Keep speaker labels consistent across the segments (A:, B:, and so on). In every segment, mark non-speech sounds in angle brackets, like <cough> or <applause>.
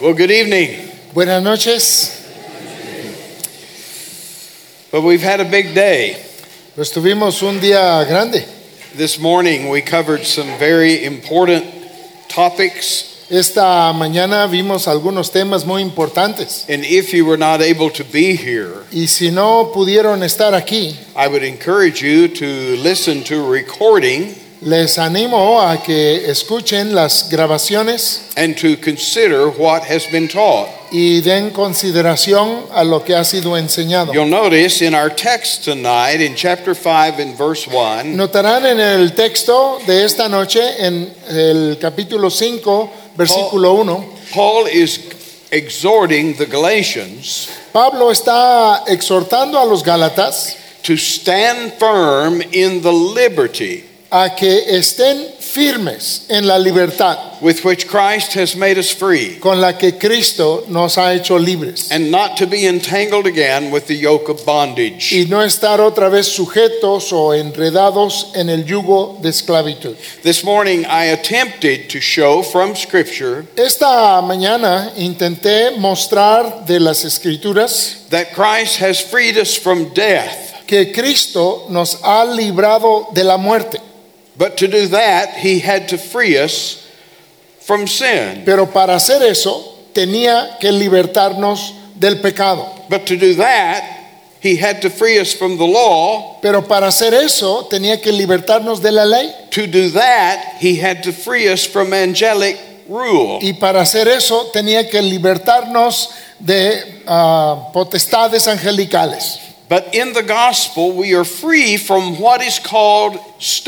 A: Well, good evening.
B: Buenas noches.
A: But we've had a big day.
B: Pues tuvimos un día grande.
A: This morning we covered some very important topics,
B: Esta mañana vimos algunos temas muy importantes.
A: and if you were not able to be here,
B: Y si no pudieron estar aquí,
A: I would encourage you to listen to a recording
B: les animo a que escuchen las grabaciones
A: and to consider what has been taught.
B: y den consideración a lo que ha sido enseñado.
A: You'll notice in our text tonight in chapter 5 and verse 1,
B: Notarán en el texto de esta noche, en el capítulo 5, versículo 1,
A: Paul is exhorting the Galatians
B: Pablo está exhortando a los Gálatas
A: to stand firm in the liberty
B: a que estén firmes en la libertad.
A: with which Christ has made us free.
B: con la que Cristo nos ha hecho libres
A: and not to be entangled again with the yoke of bondage.
B: y no estar otra vez sujetos o enredados en el yugo de esclavitud.
A: This morning I attempted to show from Scripture
B: Esta mañana intenté mostrar de las escrituras
A: that Christ has freed us from death,
B: que Cristo nos ha librado de la muerte,
A: but to do that he had to free us from sin.
B: pero para hacer eso tenía que libertarnos del pecado.
A: But to do that he had to free us from the law.
B: Pero para hacer eso tenía que libertarnos de la ley
A: To do that he had to free us from angelic rule.
B: y para hacer eso tenía que libertarnos de ah, potestades angelicales.
A: But in the gospel we are free from what is called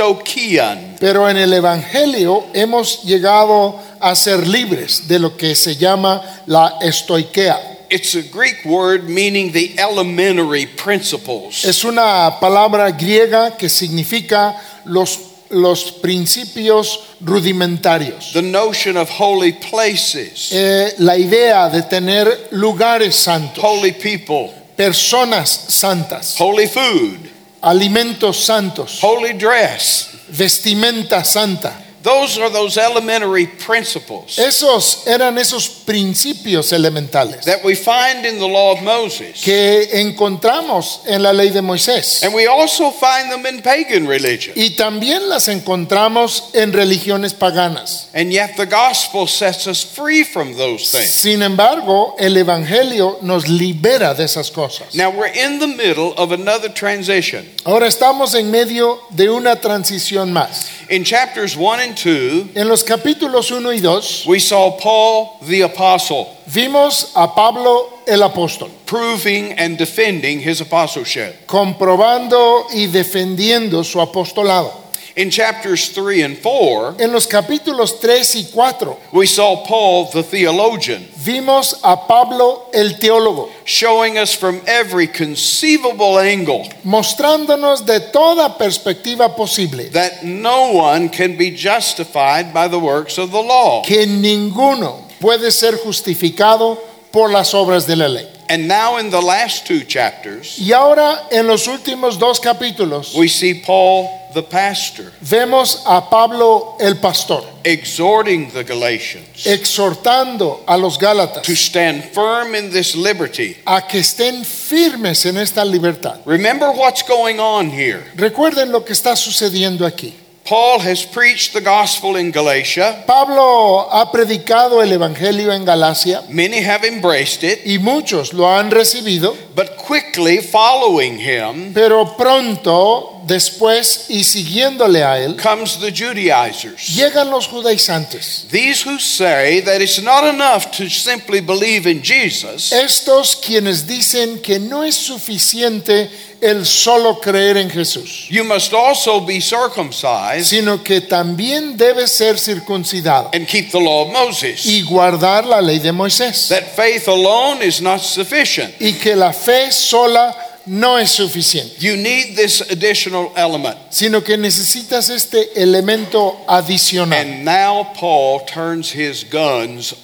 A: stoichion.
B: Pero en el Evangelio hemos llegado a ser libres de lo que se llama la estoiquea.
A: It's a Greek word meaning the elementary principles.
B: Es una palabra griega que significa los, los principios rudimentarios.
A: The notion of holy places,
B: Eh, la idea de tener lugares santos,
A: holy people,
B: personas santas,
A: holy food,
B: alimentos santos,
A: holy dress.
B: vestimenta santa.
A: Those are those elementary principles
B: Esos eran esos principios elementales
A: that we find in the law of Moses.
B: que encontramos en la ley de Moisés.
A: And we also find them in pagan religion.
B: Y también las encontramos en religiones paganas.
A: And yet the gospel sets us free from those things.
B: Sin embargo, el Evangelio nos libera de esas cosas.
A: Now we're in the middle of another transition.
B: Ahora estamos en medio de una transición más.
A: In chapters 1 and 2,
B: En los capítulos 1 y 2
A: we saw Paul the apostle
B: vimos a Pablo el apóstol
A: proving and defending his apostleship.
B: comprobando y defendiendo su apostolado.
A: In chapters 3 and 4,
B: En los capítulos 3 y 4
A: we saw Paul the theologian
B: vimos a Pablo el teólogo,
A: showing us from every conceivable angle
B: mostrándonos de toda perspectiva posible
A: that no one can be justified by the works of the law.
B: que ninguno puede ser justificado por las obras de la ley.
A: And now in the last two chapters,
B: Y ahora en los últimos dos capítulos
A: we see Paul the pastor
B: vemos a Pablo el pastor
A: exhorting the Galatians
B: exhortando a los Gálatas
A: to stand firm in this liberty.
B: a que estén firmes en esta libertad.
A: Remember what's going on here.
B: Recuerden lo que está sucediendo aquí.
A: Paul has preached the gospel in Galatia.
B: Pablo ha predicado el Evangelio en Galacia
A: Many have embraced it,
B: y muchos lo han recibido,
A: but quickly following him
B: pero pronto, después y siguiéndole a él,
A: comes the Judaizers.
B: llegan los judaizantes.
A: These who say that it's not enough to simply believe in Jesus,
B: Estos quienes dicen que no es suficiente el solo creer en Jesús,
A: you must also be circumcised
B: sino que también debe ser circuncidado
A: and keep the law of Moses.
B: y guardar la ley de Moisés,
A: That faith alone is not sufficient.
B: y que la fe sola no es suficiente,
A: You need this additional element.
B: sino que necesitas este elemento adicional.
A: And now Paul turns his guns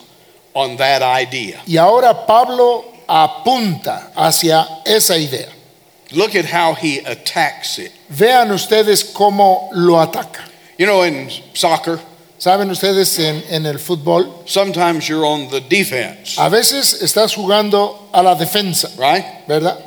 A: on that idea.
B: Y ahora Pablo apunta hacia esa idea.
A: Look at how he attacks it.
B: Vean ustedes cómo lo ataca.
A: You know, in soccer,
B: Saben ustedes en, en el fútbol,
A: Sometimes you're on the defense,
B: a veces estás jugando a la defensa,
A: right?
B: ¿verdad?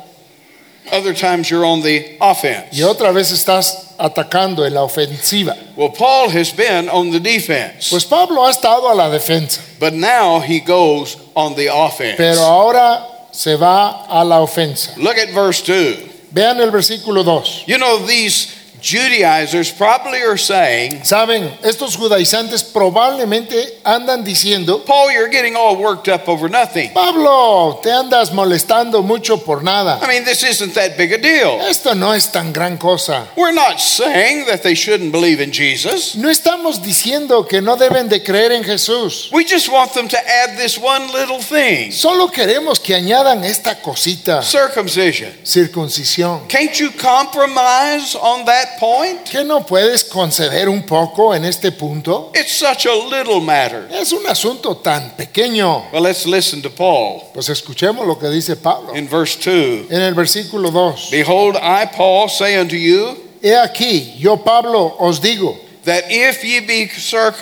A: Other times you're on the offense.
B: Y otra vez estás atacando en la ofensiva.
A: Well, Paul has been on the defense,
B: Pues Pablo ha estado a la defensa,
A: but now he goes on the offense.
B: pero ahora se va a la ofensa.
A: Look at verse 2.
B: Vean el versículo 2.
A: You know, these Judaizers probably are saying,
B: Saben, estos judaizantes probablemente andan diciendo,
A: Paul, you're getting all worked up over nothing.
B: Pablo, te andas molestando mucho por nada.
A: I mean, this isn't that big a deal.
B: Esto no es tan gran cosa.
A: We're not saying that they shouldn't believe in Jesus.
B: No estamos diciendo que no deben de creer en Jesús.
A: We just want them to add this one little thing
B: Solo queremos que añadan esta cosita,
A: circumcision.
B: circuncisión.
A: Can't you compromise on that point?
B: ¿Qué no puedes conceder un poco en este punto?
A: It's such a little matter.
B: Es un asunto tan pequeño.
A: Well, let's listen to Paul
B: Pues escuchemos lo que dice Pablo.
A: in verse 2.
B: En el versículo 2.
A: Behold, I, Paul, say unto you
B: He aquí, yo Pablo os digo
A: that if ye be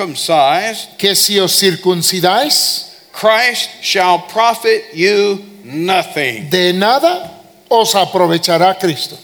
A: circumcised,
B: que si os circuncidáis,
A: Christ shall profit you nothing.
B: de nada os aprovechará Cristo.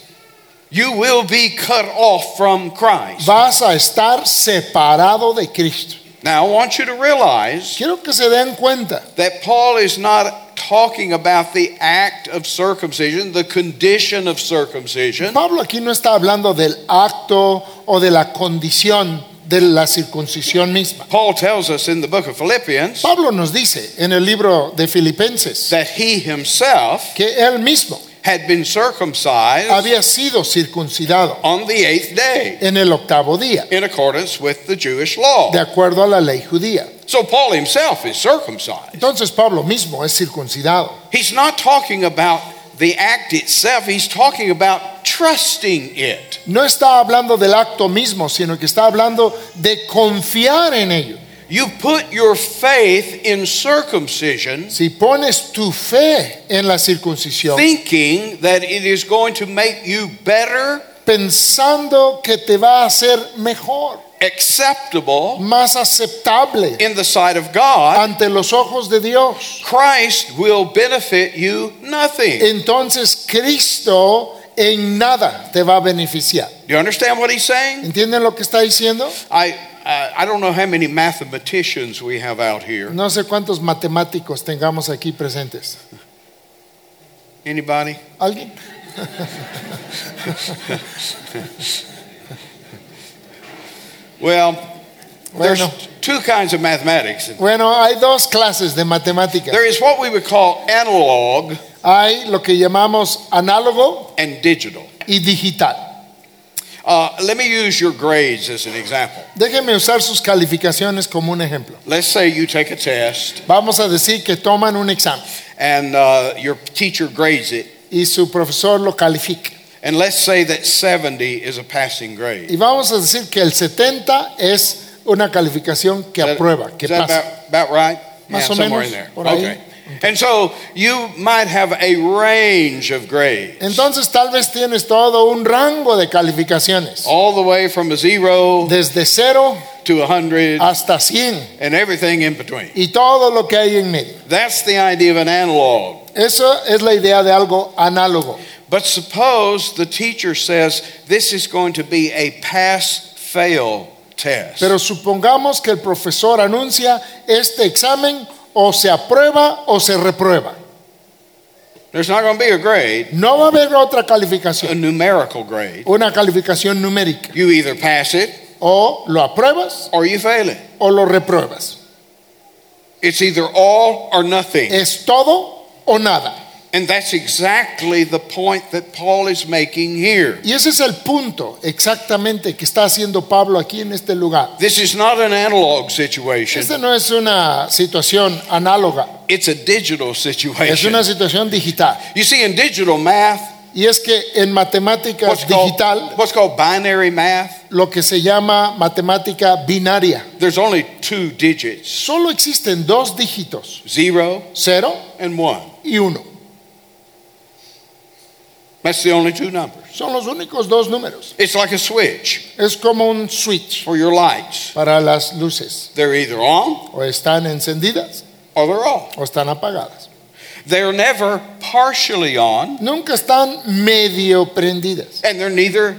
A: You will be cut off from Christ.
B: Vas a estar separado de Cristo.
A: Now, I want you to realize
B: Quiero que se den cuenta.
A: that Paul is not talking about the act of circumcision, the condition of circumcision.
B: Pablo aquí no está hablando del acto o de la condición de la circuncisión misma.
A: Paul tells us in the book of Philippians
B: Pablo nos dice en el libro de Filipenses
A: that he himself
B: que él mismo
A: had been circumcised
B: había sido circuncidado
A: on the eighth day
B: en el octavo día,
A: in accordance with the Jewish law.
B: de acuerdo a la ley judía.
A: So Paul himself is circumcised.
B: Entonces Pablo mismo es circuncidado.
A: He's not talking about the act itself, he's talking about trusting it.
B: No está hablando del acto mismo, sino que está hablando de confiar en ello.
A: You put your faith in circumcision
B: Si pones tu fe en la circuncisión,
A: thinking that it is going to make you better,
B: pensando que te va a hacer mejor,
A: acceptable
B: más aceptable
A: in the sight of God,
B: ante los ojos de Dios.
A: Christ will benefit you nothing. Do
B: Entonces Cristo en nada te va a beneficiar.
A: you understand what he's saying?
B: ¿Entienden lo que está diciendo?
A: I, I, I don't know how many mathematicians we have out here.
B: No sé cuántos matemáticos tengamos aquí presentes.
A: Anybody?
B: ¿Alguien?
A: Well, there's
B: Bueno,
A: two kinds of mathematics.
B: bueno, hay dos clases de matemáticas.
A: There is what we would call analog
B: Hay lo que llamamos análogo
A: and digital.
B: y digital.
A: Uh, let me use your grades as an example.
B: Déjenme usar sus calificaciones como un ejemplo.
A: Let's say you take a test
B: Vamos a decir que toman un examen
A: and uh, your teacher grades it.
B: y su profesor lo califica.
A: And let's say that 70 is a passing grade.
B: Y vamos a decir que el 70 es una calificación que
A: That-
B: aprueba, que
A: is that
B: pasa.
A: about, about right?
B: Más
A: yeah,
B: o
A: somewhere
B: menos,
A: in there.
B: por ahí.
A: Okay. And so you might have a range of grades,
B: Entonces tal vez tienes todo un rango de calificaciones,
A: all the way from a zero
B: desde 0
A: to 100
B: hasta 100
A: and everything in between.
B: y todo lo que hay en medio.
A: That's the idea of an analog.
B: Eso es la idea de algo análogo.
A: But suppose the teacher says this is going to be a pass fail test.
B: Pero supongamos que el profesor anuncia este examen o se aprueba o se reprueba.
A: There's not going to be a grade,
B: No va a haber otra
A: a
B: calificación,
A: numerical grade.
B: una calificación numérica.
A: You either pass it
B: O lo apruebas
A: or you fail it.
B: o lo repruebas.
A: It's either all or nothing.
B: Es todo o nada.
A: And that's exactly the point that Paul is making here.
B: Y ese es el punto exactamente que está haciendo Pablo aquí en este lugar.
A: This is not an analog situation,
B: Esta no es una situación análoga,
A: it's a digital
B: es
A: situation.
B: una situación digital.
A: You see, in digital math,
B: Y es que en
A: what's
B: matemáticas
A: called,
B: digital,
A: what's called binary math,
B: lo que se llama matemática binaria,
A: there's only two digits
B: solo existen dos dígitos,
A: zero
B: cero
A: and one.
B: y uno.
A: That's the only two numbers.
B: Son los únicos dos números.
A: It's like a switch
B: Es como un switch
A: for your lights.
B: para las luces.
A: They're either on
B: O están encendidas
A: or they're off.
B: o están apagadas.
A: They're never partially on,
B: Nunca están medio prendidas,
A: and they're neither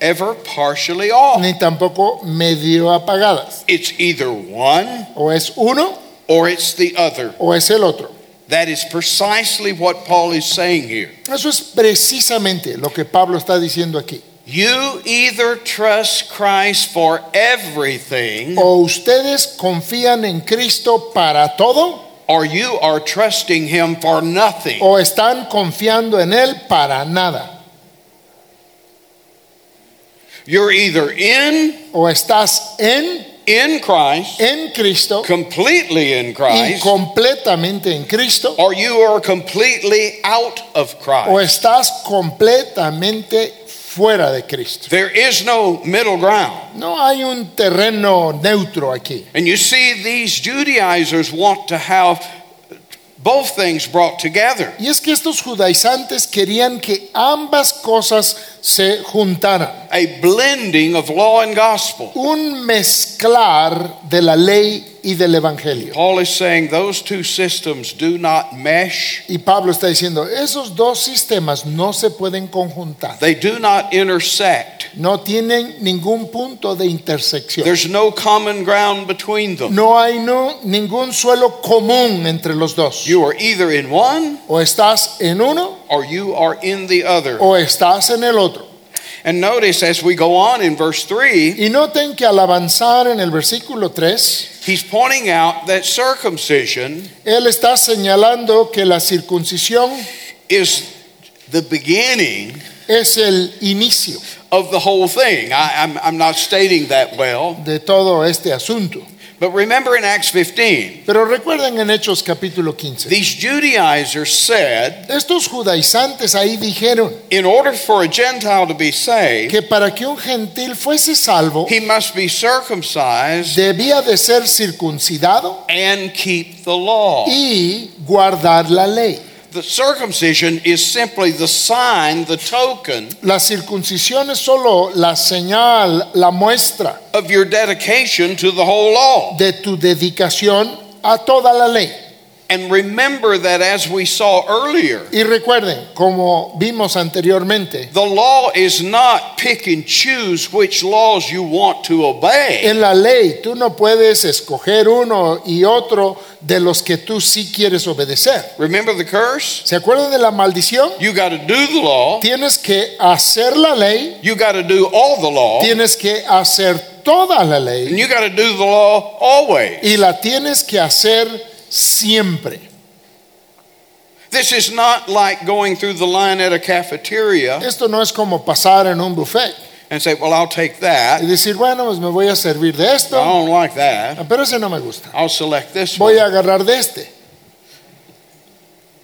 A: ever partially off.
B: ni tampoco medio apagadas.
A: It's either one
B: O es uno
A: or it's the other.
B: o es el otro.
A: That is precisely what Paul is saying here.
B: Eso es precisamente lo que Pablo está diciendo aquí.
A: You either trust Christ for everything,
B: O ustedes confían en Cristo para todo
A: or you are trusting Him for nothing.
B: o están confiando en Él para nada.
A: You're either in,
B: O estás en,
A: in Christ,
B: en Cristo
A: completely in
B: y
A: Christ,
B: completamente en Cristo
A: or you are completely out of
B: o
A: Christ.
B: estás completamente fuera de Cristo.
A: There is no middle ground.
B: No hay un terreno neutro aquí.
A: And you see, these Judaizers want to have both things brought together.
B: Y es que estos judaizantes querían que ambas cosas se juntaran.
A: a blending of law and gospel.
B: Un mezclar de la ley y del evangelio.
A: Paul is saying those two systems do not mesh,
B: Y Pablo está diciendo, esos dos sistemas no se pueden conjuntar.
A: they do not intersect.
B: No tienen ningún punto de intersección.
A: There's no common ground between them.
B: No hay no- ningún suelo común entre los dos.
A: You are either in one
B: O estás en uno
A: or you are in the other.
B: o estás en el otro.
A: And notice as we go on in verse 3,
B: Y noten que al avanzar en el versículo 3,
A: he's pointing out that circumcision
B: él está señalando que la circuncisión
A: is the beginning
B: es el inicio
A: of the whole thing. I, I'm, I'm not stating that well,
B: de todo este asunto.
A: but remember in Acts 15,
B: Pero recuerden en Hechos capítulo 15,
A: these Judaizers said,
B: estos judaizantes ahí dijeron
A: In order for a Gentile to be saved,
B: que para que un gentil fuese salvo,
A: he must be circumcised
B: debía de ser circuncidado
A: and keep the law.
B: y guardar la ley.
A: The circumcision is simply the sign, the token
B: La circuncisión es solo la señal, la muestra
A: of your dedication to the whole law.
B: de tu dedicación a toda la ley.
A: And remember that as we saw earlier,
B: Y recuerden, como vimos anteriormente,
A: the law is not pick and choose which laws you want to obey.
B: en la ley tú no puedes escoger uno y otro de los que tú sí quieres obedecer.
A: Remember the curse?
B: ¿Se acuerdan de la maldición?
A: You got to do the law,
B: Tienes que hacer la ley,
A: you got to do all the law,
B: tienes que hacer toda la ley.
A: and you got to do the law always.
B: y la tienes que hacer siempre.
A: This is not like going through the line at a cafeteria
B: Esto no es como pasar en un buffet
A: and say, "Well, I'll take
B: y
A: that.
B: decir, bueno, pues me voy a servir de
A: I
B: esto,
A: don't like that.
B: pero ese no me gusta.
A: I'll select this
B: Voy a
A: one."
B: agarrar de este.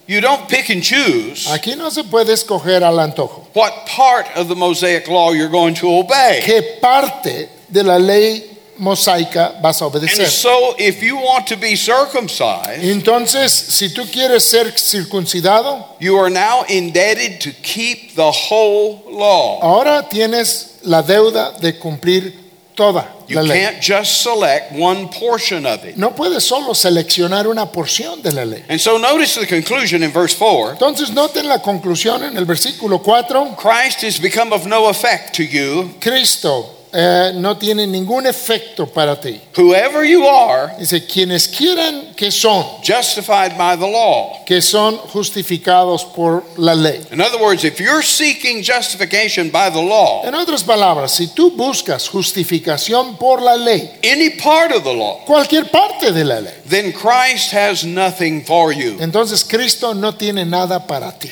A: You don't pick and choose
B: Aquí no se puede escoger al antojo.
A: what part of the Mosaic law you're going to obey.
B: ¿Qué parte de la ley mosaica vas a
A: And
B: obedecer?
A: so, if you want to be circumcised,
B: Entonces, si tú quieres ser circuncidado,
A: you are now indebted to keep the whole law.
B: ahora tienes la deuda de cumplir toda
A: You
B: la ley.
A: can't just select one portion of it.
B: No puedes solo seleccionar una porción de la ley.
A: And so, notice the conclusion in verse 4
B: Entonces noten la conclusión en el versículo 4.
A: Christ has become of no effect to you,
B: Cristo eh, no tiene ningún efecto para ti.
A: whoever you are.
B: Dice, quienes quieran que son,
A: justified by the law.
B: que son justificados por la ley.
A: In other words, if you're seeking justification by the law,
B: En otras palabras, si tú buscas justificación por la ley,
A: any part of the law,
B: cualquier parte de la ley,
A: then Christ has nothing for you.
B: entonces Cristo no tiene nada para ti.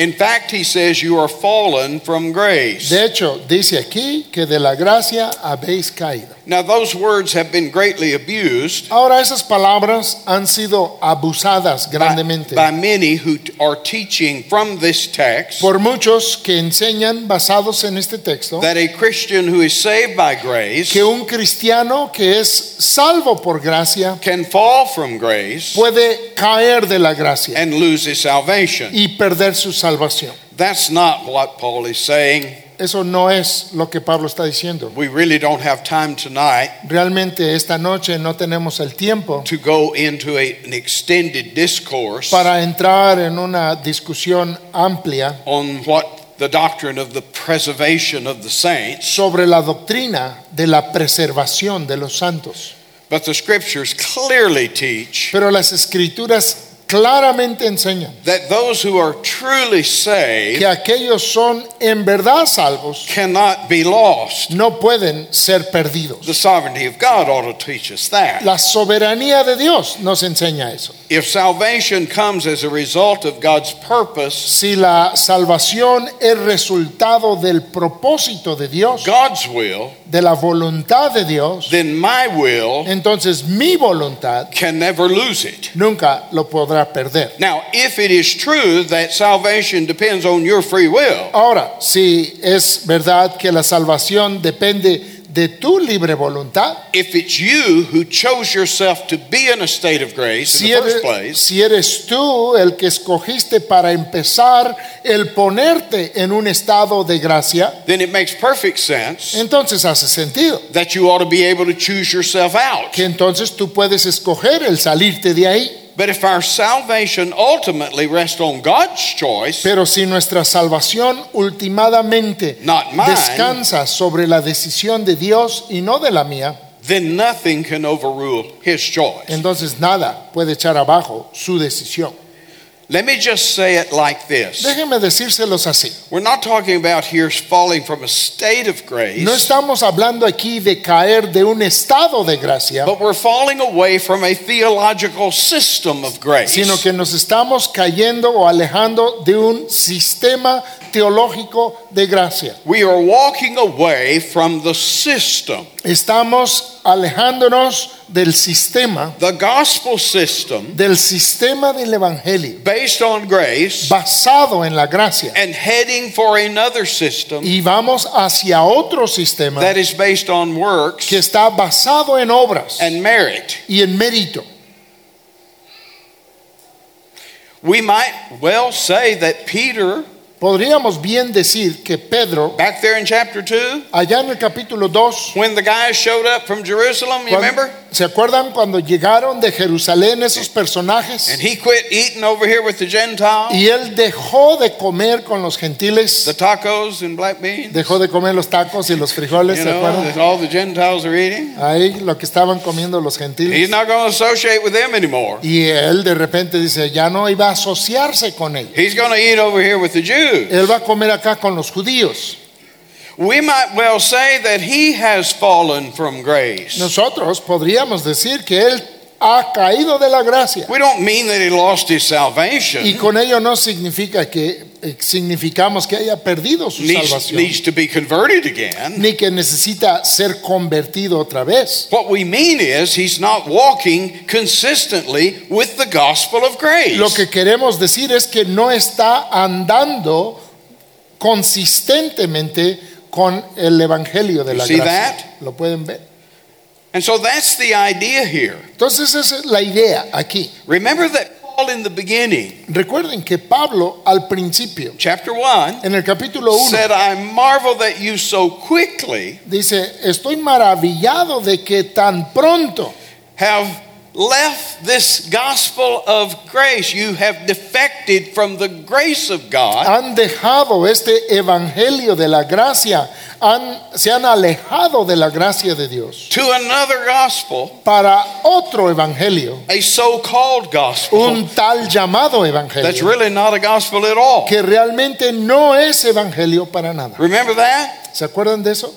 A: In fact, he says you are fallen from grace.
B: De hecho, dice aquí que de la gracia habéis caído.
A: Now, those words have been greatly abused
B: Ahora esas palabras han sido abusadas
A: by,
B: grandemente.
A: by many who t- are teaching from this text
B: por muchos que enseñan basados en este texto
A: that a Christian who is saved by grace
B: que un cristiano que es salvo por gracia
A: can fall from grace
B: puede caer de la gracia
A: and lose his salvation.
B: y perder su salvación.
A: That's not what Paul is saying.
B: Eso no es lo que Pablo está diciendo.
A: We really don't have time tonight
B: Realmente esta noche no tenemos el tiempo
A: to go into a- an extended discourse
B: para entrar en una discusión amplia
A: on what the doctrine of the preservation of the saints,
B: sobre la doctrina de la preservación de los santos.
A: but the scriptures clearly teach
B: Pero las escrituras claramente enseñan
A: that those who are truly saved
B: que aquellos son en verdad salvos,
A: cannot be lost.
B: no pueden ser perdidos.
A: The sovereignty of God ought to teach us that.
B: La soberanía de Dios nos enseña eso.
A: If salvation comes as a result of God's purpose,
B: Si la salvación es resultado del propósito de Dios,
A: God's will,
B: de la voluntad de Dios,
A: then my will
B: entonces mi voluntad
A: can never lose it.
B: nunca lo podrá perder.
A: Now, if it is true that salvation depends on your free will,
B: Ahora, si es verdad que la salvación depende de tu libre voluntad,
A: if it's you who chose yourself to be in a state of grace in
B: si
A: the first
B: eres,
A: place,
B: si eres tú el que escogiste para empezar el ponerte en un estado de gracia,
A: then it makes perfect sense
B: entonces hace sentido
A: that you ought to be able to choose yourself out.
B: que entonces tú puedes escoger el salirte de ahí.
A: But if our salvation ultimately rests on God's choice,
B: Pero si nuestra salvación ultimadamente
A: Not mine.
B: descansa sobre la decisión de Dios y no de la mía,
A: then nothing can overrule His choice.
B: entonces nada puede echar abajo su decisión.
A: Let me just say it like this.
B: Déjenme decírselos así.
A: We're not talking about here falling from a state of grace,
B: No estamos hablando aquí de caer de un estado de gracia,
A: but we're falling away from a theological system of grace.
B: sino que nos estamos cayendo o alejando de un sistema teológico de gracia.
A: we are walking away from the system.
B: Estamos alejándonos del sistema,
A: The gospel system
B: del sistema del Evangelio,
A: based on grace
B: basado en la gracia.
A: and heading for another system
B: Y vamos hacia otro sistema
A: that is based on works
B: que está basado en obras
A: and merit.
B: y en mérito.
A: We might well say that Peter,
B: Podríamos bien decir que Pedro,
A: back there in chapter 2,
B: allá en el capítulo 2,
A: when the guys showed up from Jerusalem, you
B: Cuando-
A: remember?
B: ¿Se acuerdan cuando llegaron de Jerusalén esos
A: And
B: personajes?
A: he quit eating over here with the Gentiles,
B: Y él dejó de comer con los
A: the
B: gentiles,
A: tacos and black beans,
B: dejó de comer los tacos y los frijoles,
A: you
B: ¿se
A: know,
B: acuerdan?
A: that all the Gentiles are eating.
B: Ahí lo que estaban comiendo los gentiles.
A: He's not going to associate with them anymore.
B: Y él de repente dice, ya no iba a asociarse con ellos.
A: He's going to eat over here with the Jews.
B: Él va a comer acá con los judíos.
A: We might well say that he has fallen from grace.
B: Nosotros podríamos decir que él ha caído de la gracia.
A: We don't mean that he lost his salvation.
B: Y con ello no significa que eh, significamos que haya perdido su
A: needs,
B: salvación,
A: needs to be converted again.
B: ni que necesita ser convertido otra vez.
A: What we mean is he's not walking consistently with the gospel of grace.
B: Lo que queremos decir es que no está andando consistentemente con el evangelio de
A: You
B: la
A: see
B: gracia. ¿Lo pueden ver?
A: and so that's the idea here.
B: Entonces esa es la idea aquí.
A: Remember that Paul in the beginning,
B: Recuerden que Pablo al principio,
A: chapter 1,
B: en el capítulo 1,
A: said, I marvel that you so quickly
B: dice, estoy maravillado de que tan pronto
A: have left this gospel of grace. You have defected from the grace of God.
B: han dejado este evangelio de la gracia, han, se han alejado de la gracia de Dios
A: To another gospel,
B: para otro evangelio,
A: a so called gospel
B: un tal llamado evangelio.
A: Oh. that's really not a gospel at all.
B: que realmente no es evangelio para nada.
A: Remember that?
B: ¿Se acuerdan de eso?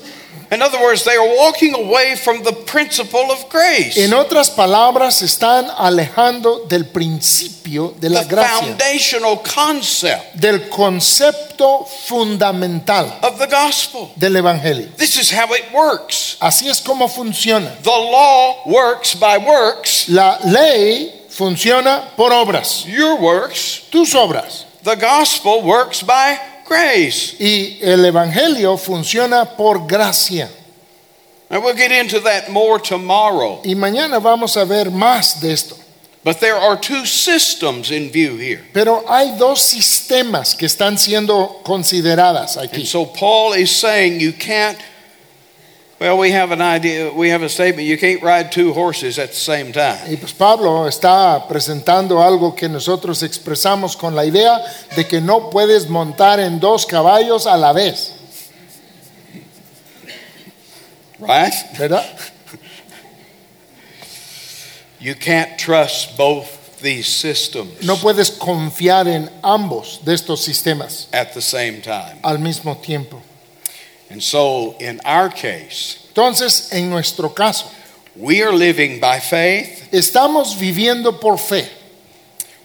A: In other words, they are walking away from the principle of grace,
B: En otras palabras, se están alejando del principio de la
A: the
B: gracia,
A: foundational concept
B: del concepto fundamental
A: of the gospel.
B: del evangelio.
A: This is how it works.
B: Así es como funciona.
A: The law works by works,
B: La ley funciona por obras,
A: your works.
B: tus obras,
A: The gospel works by grace.
B: y el evangelio funciona por gracia.
A: And we'll get into that more tomorrow.
B: Y mañana vamos a ver más de esto.
A: But there are two systems in view here.
B: Pero hay dos sistemas que están siendo consideradas
A: And
B: aquí.
A: so Paul is saying you can't, well, we have an idea, we have a statement, you can't ride two horses at the same time.
B: Y pues Pablo está presentando algo que nosotros expresamos con la idea de que no puedes montar en dos caballos a la vez,
A: Right?
B: ¿verdad?
A: You can't trust both these systems
B: No puedes confiar en ambos de estos sistemas
A: at the same time.
B: al mismo tiempo.
A: And so in our case,
B: Entonces, en nuestro caso,
A: we are living by faith.
B: estamos viviendo por fe,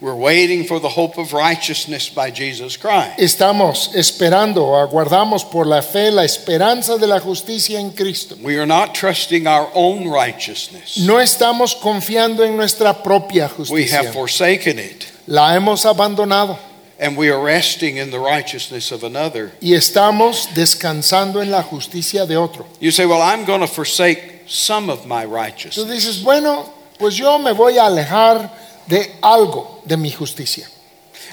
A: We're waiting for the hope of righteousness by Jesus Christ.
B: estamos esperando, o aguardamos por la fe la esperanza de la justicia en Cristo.
A: We are not trusting our own righteousness.
B: No estamos confiando en nuestra propia
A: We have
B: justicia,
A: forsaken it,
B: la hemos abandonado
A: and we are resting in the righteousness of another.
B: y estamos descansando en la justicia de otro.
A: You say, Well, I'm going to forsake some of my
B: Tú
A: righteousness.
B: dices, bueno, pues yo me voy a alejar de algo de mi justicia.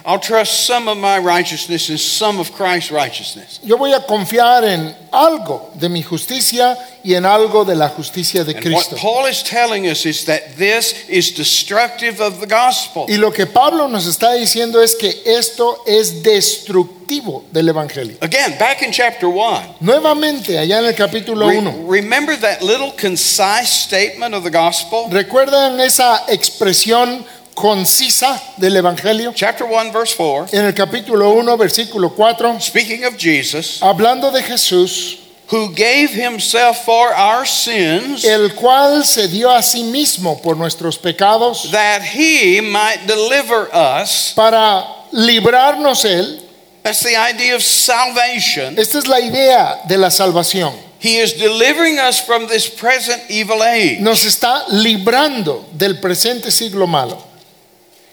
A: I'll trust some of my righteousness and some of Christ's righteousness.
B: Yo voy a confiar en algo de mi justicia y en algo de la justicia de
A: And what
B: Cristo.
A: Paul is telling us is that this is destructive of the gospel.
B: Y lo que Pablo nos está diciendo es que esto es destructivo del Evangelio.
A: Again, back in chapter 1,
B: Nuevamente, allá en el capítulo
A: re-
B: 1,
A: remember that little concise statement of the gospel?
B: ¿recuerdan esa expresión concisa del Evangelio?
A: Chapter 1, verse 4,
B: En el capítulo 1, versículo 4,
A: speaking of Jesus,
B: hablando de Jesús,
A: who gave himself for our sins,
B: el cual se dio a sí mismo por nuestros pecados,
A: that he might deliver us.
B: para librarnos él.
A: That's the idea of salvation.
B: Esta es la idea de la salvación.
A: He is delivering us from this present evil age.
B: Nos está librando del presente siglo malo.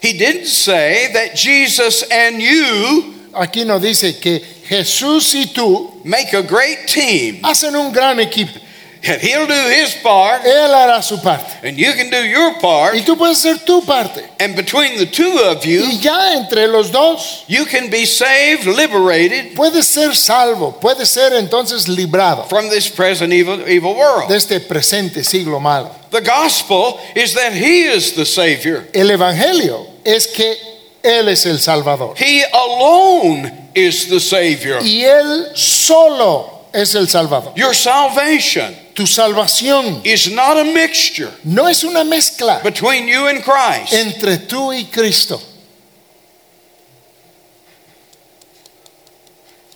A: He didn't say that Jesus and you
B: Aquí nos dice que Jesús y tú
A: make a great team
B: hacen un gran equipo.
A: and he'll do his part
B: Él hará su parte.
A: and you can do your part.
B: Y tú puedes hacer tu parte.
A: And between the two of you,
B: Y ya entre los dos
A: you can be saved, liberated
B: puedes ser salvo, puedes ser entonces librado
A: from this present evil, evil world.
B: de este presente siglo malo.
A: The gospel is that he is the Savior.
B: El Evangelio es que Él es el Salvador.
A: He alone is the Savior.
B: Y Él solo es el Salvador.
A: Your salvation
B: Tu salvación
A: is not a mixture
B: no es una mezcla
A: between you and Christ.
B: entre tú y Cristo,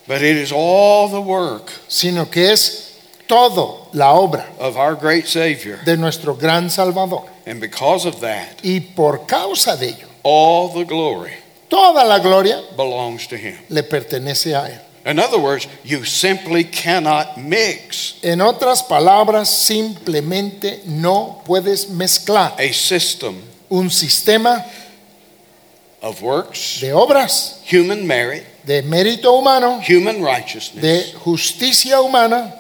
A: But it is all the work
B: sino que es todo la obra
A: of our great Savior.
B: de nuestro gran Salvador.
A: And because of that,
B: Y por causa de ello,
A: all the glory
B: toda la gloria
A: belongs to Him.
B: le pertenece a Él.
A: In other words, you simply cannot mix
B: En otras palabras, simplemente no puedes mezclar
A: a system
B: un sistema
A: of works,
B: de obras,
A: human merit,
B: de mérito humano,
A: human righteousness,
B: de justicia humana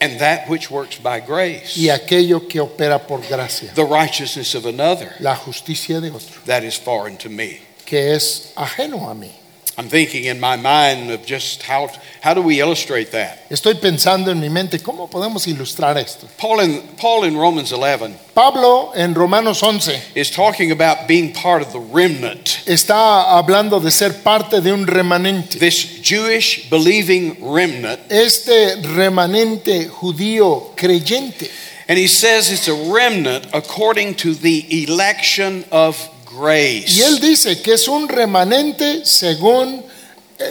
A: and that which works by grace,
B: y aquello que opera por gracia,
A: the righteousness of another
B: la justicia de otro,
A: that is foreign to me.
B: que es ajeno a mí.
A: I'm thinking in my mind of just how, how do we illustrate that?
B: Estoy pensando en mi mente, ¿cómo podemos ilustrar esto?
A: Paul in, Paul in Romans 11
B: Pablo en Romanos 11
A: is talking about being part of the remnant,
B: está hablando de ser parte de un remanente.
A: this Jewish believing remnant.
B: Este remanente judío creyente.
A: And he says it's a remnant according to the election of grace.
B: Y él dice que es un remanente según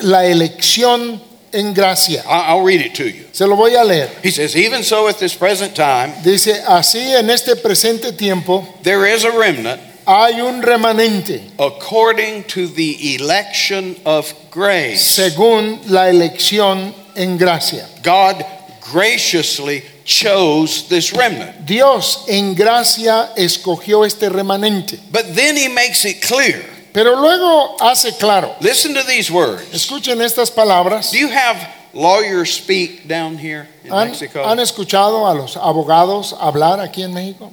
B: la elección en gracia.
A: I- I'll read it to you.
B: Se lo voy a leer.
A: He says, Even so, at this present time,
B: Dice, así en este presente tiempo
A: there is a remnant
B: hay un remanente
A: according to the election of grace.
B: según la elección en gracia.
A: God graciously chose this remnant.
B: Dios en gracia escogió este remanente.
A: But then he makes it clear.
B: Pero luego hace claro,
A: Listen to these words.
B: escuchen estas palabras.
A: Do you have lawyer speak down here in
B: ¿Han,
A: Mexico?
B: han escuchado a los abogados hablar aquí en México?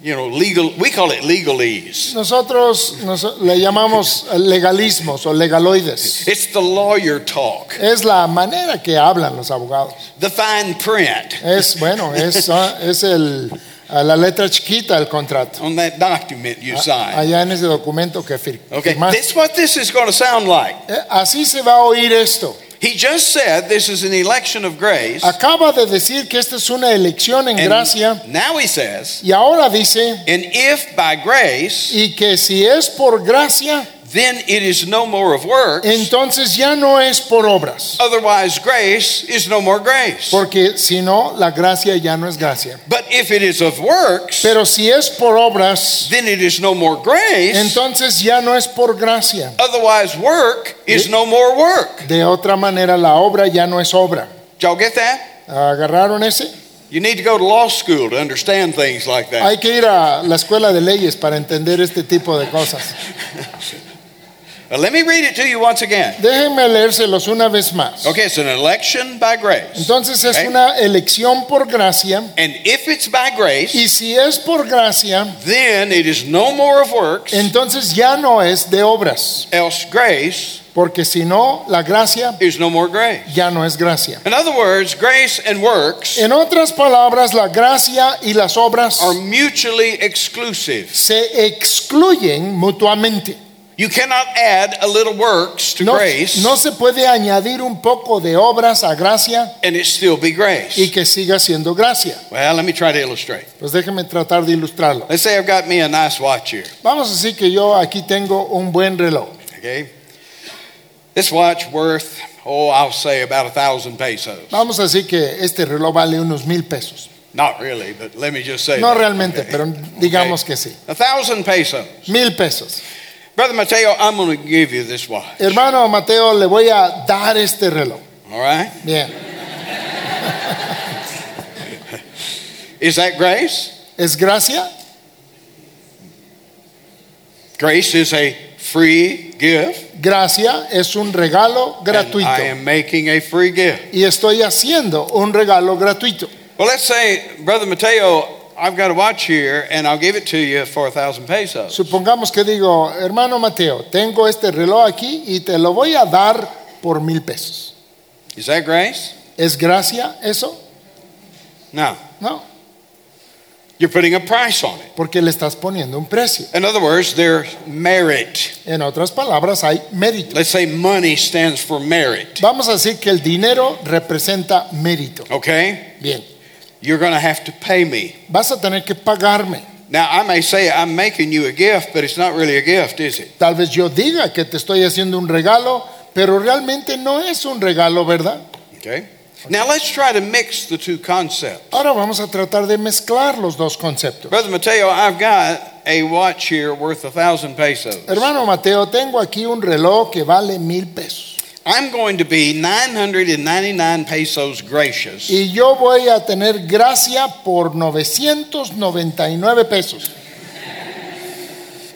A: you know, legal, we call it legalese.
B: Nosotros nos- le llamamos legalismos o legaloides.
A: It's the lawyer talk,
B: Es la manera que hablan los abogados.
A: the fine print
B: Es bueno, es, ah, es el, a la letra chiquita del contrato.
A: on that document you sign.
B: Allá en ese documento que fir-
A: Okay,
B: firmaste.
A: that's what this is going to sound like.
B: Eh, Así se va a oír esto.
A: He just said this is an election of grace.
B: Acaba de decir que esta es una elección en
A: and
B: Ah, gracia
A: Now he says,
B: y ahora dice,
A: and if by grace,
B: y que si es por gracia,
A: then it is no more of works.
B: entonces ya no es por obras.
A: Otherwise, grace is no more grace.
B: Porque si no, la gracia ya no es gracia.
A: But if it is of works,
B: Pero si es por obras,
A: then it is no more grace.
B: entonces ya no es por gracia.
A: Otherwise, work is no more work.
B: De otra manera, la obra ya no es obra.
A: Did y'all get that?
B: ¿Agarraron ese?
A: You need to go to law school to understand things like that.
B: Hay que ir a la escuela de leyes para entender este tipo de cosas.
A: Now, let me read it to you once again.
B: Déjenme leérselos una vez más.
A: Okay, it's an election by grace.
B: Entonces es
A: Ok.
B: una elección por gracia.
A: And if it's by grace,
B: Y si es por gracia,
A: then it is no more of works,
B: entonces ya no es de obras.
A: else grace
B: Porque si no, la gracia
A: is no more grace.
B: ya no es gracia.
A: In other words, grace and works
B: En otras palabras, la gracia y las obras
A: are mutually exclusive.
B: se excluyen mutuamente.
A: You cannot add a little works to
B: No,
A: grace
B: no se puede añadir un poco de obras a gracia
A: and it still be grace.
B: y que siga siendo gracia.
A: Well, let me try to illustrate.
B: Pues déjeme tratar de ilustrarlo.
A: Let's say I've got me a nice watch here.
B: Vamos a decir que yo aquí tengo un buen reloj.
A: Okay, this watch worth oh, I'll say about a thousand pesos.
B: Vamos a decir que este reloj vale unos mil pesos.
A: Not really, but let me just say
B: No
A: that.
B: realmente,
A: Okay.
B: pero digamos que sí.
A: a thousand pesos,
B: Mil pesos.
A: brother Mateo. I'm going to give you this watch.
B: Hermano Mateo, le voy a dar este reloj.
A: All right,
B: Bien.
A: is that grace?
B: ¿Es gracia?
A: Grace is a free gift.
B: Gracia es un regalo
A: And I
B: gratuito.
A: am making a free gift.
B: Y estoy haciendo un regalo gratuito.
A: Well, let's say, brother Mateo, I've got a watch here, and I'll give it to you for a thousand pesos.
B: Supongamos que digo, hermano Mateo, tengo este reloj aquí y te lo voy a dar por mil pesos.
A: Is that grace?
B: ¿Es gracia eso?
A: No,
B: No,
A: you're putting a price on it.
B: porque le estás poniendo un precio.
A: In other words, there's merit.
B: En otras palabras, hay mérito.
A: Let's say money stands for merit.
B: Vamos a decir que el dinero representa mérito.
A: Okay?
B: Bien,
A: You're going to have to pay me.
B: vas a tener que pagarme.
A: Now, I may say I'm making you a gift, but it's not really a gift, is it?
B: Tal vez yo diga que te estoy haciendo un regalo, pero realmente no es un regalo, ¿verdad?
A: Okay? Now, let's try to mix the two concepts.
B: Ahora vamos a tratar de mezclar los dos conceptos.
A: Brother Mateo, I've got a watch here worth a thousand pesos.
B: Hermano Mateo, tengo aquí un reloj que vale mil pesos.
A: I'm going to be 999 pesos gracious.
B: Y yo voy a tener gracia por 999 pesos.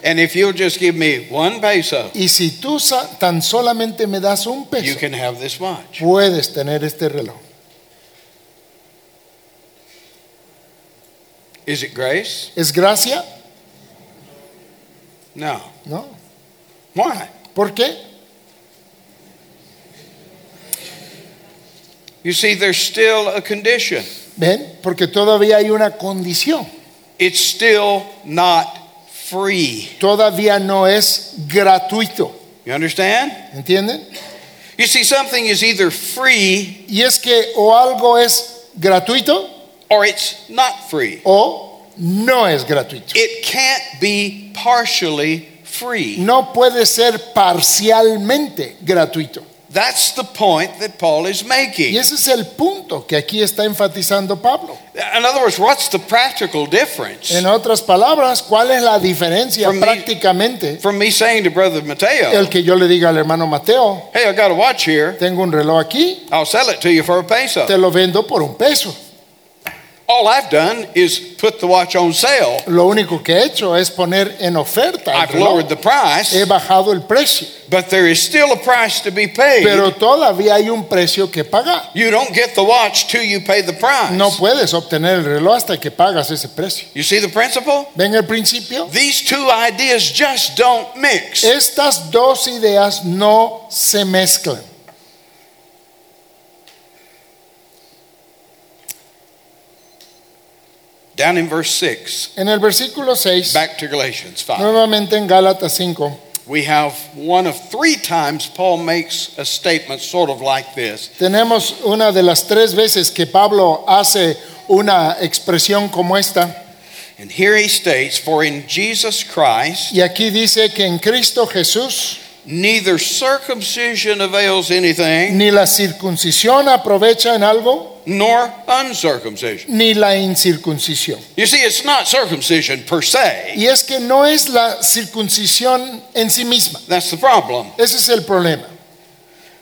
A: And if you'll just give me one peso,
B: Y si tú sa- tan solamente me das un
A: you
B: peso,
A: can have this watch.
B: puedes tener este reloj.
A: Is it grace?
B: ¿Es gracia?
A: No.
B: No.
A: Why?
B: ¿Por qué?
A: You see, there's still a condition.
B: Ven, porque todavía hay una condición.
A: It's still not free.
B: Todavía no es gratuito.
A: You understand?
B: ¿Entienden?
A: You see, something is either free
B: Y es que o algo es gratuito
A: or it's not free.
B: o no es gratuito.
A: It can't be partially free.
B: No puede ser parcialmente gratuito.
A: That's the point that Paul is
B: Y
A: making.
B: ese es el punto que aquí está enfatizando Pablo.
A: In other words, what's the practical difference
B: En otras palabras, ¿cuál es la diferencia
A: From the-
B: prácticamente?
A: from me saying to Brother Mateo,
B: El que yo le diga al hermano Mateo,
A: hey, I got a watch here,
B: tengo un reloj aquí,
A: I'll sell it to you for a
B: te
A: peso?
B: lo vendo por un peso.
A: All I've done is put the watch on sale.
B: Lo único que he hecho es poner en oferta. el
A: I've
B: reloj.
A: lowered the price,
B: He bajado el precio,
A: but there is still a price to be paid.
B: pero todavía hay un precio que pagar.
A: you don't get the watch till you pay the price.
B: No puedes obtener el reloj hasta que pagas ese precio.
A: You see the principle?
B: ¿Ven el principio?
A: These two ideas just don't mix.
B: Estas dos ideas no se mezclan.
A: Down in verse 6,
B: En el versículo 6,
A: back to Galatians 5,
B: nuevamente en Gálatas 5,
A: we have one of three times Paul makes a statement sort of like this.
B: tenemos una de las tres veces que Pablo hace una expresión como esta.
A: And here he states, For in Jesus Christ,
B: Y aquí dice que en Cristo Jesús
A: neither circumcision avails anything,
B: ni la circuncisión aprovecha en algo,
A: nor uncircumcision.
B: ni la incircuncisión.
A: You see, it's not circumcision per se.
B: Y es que no es la circuncisión en sí misma.
A: That's the problem.
B: Ese es el problema.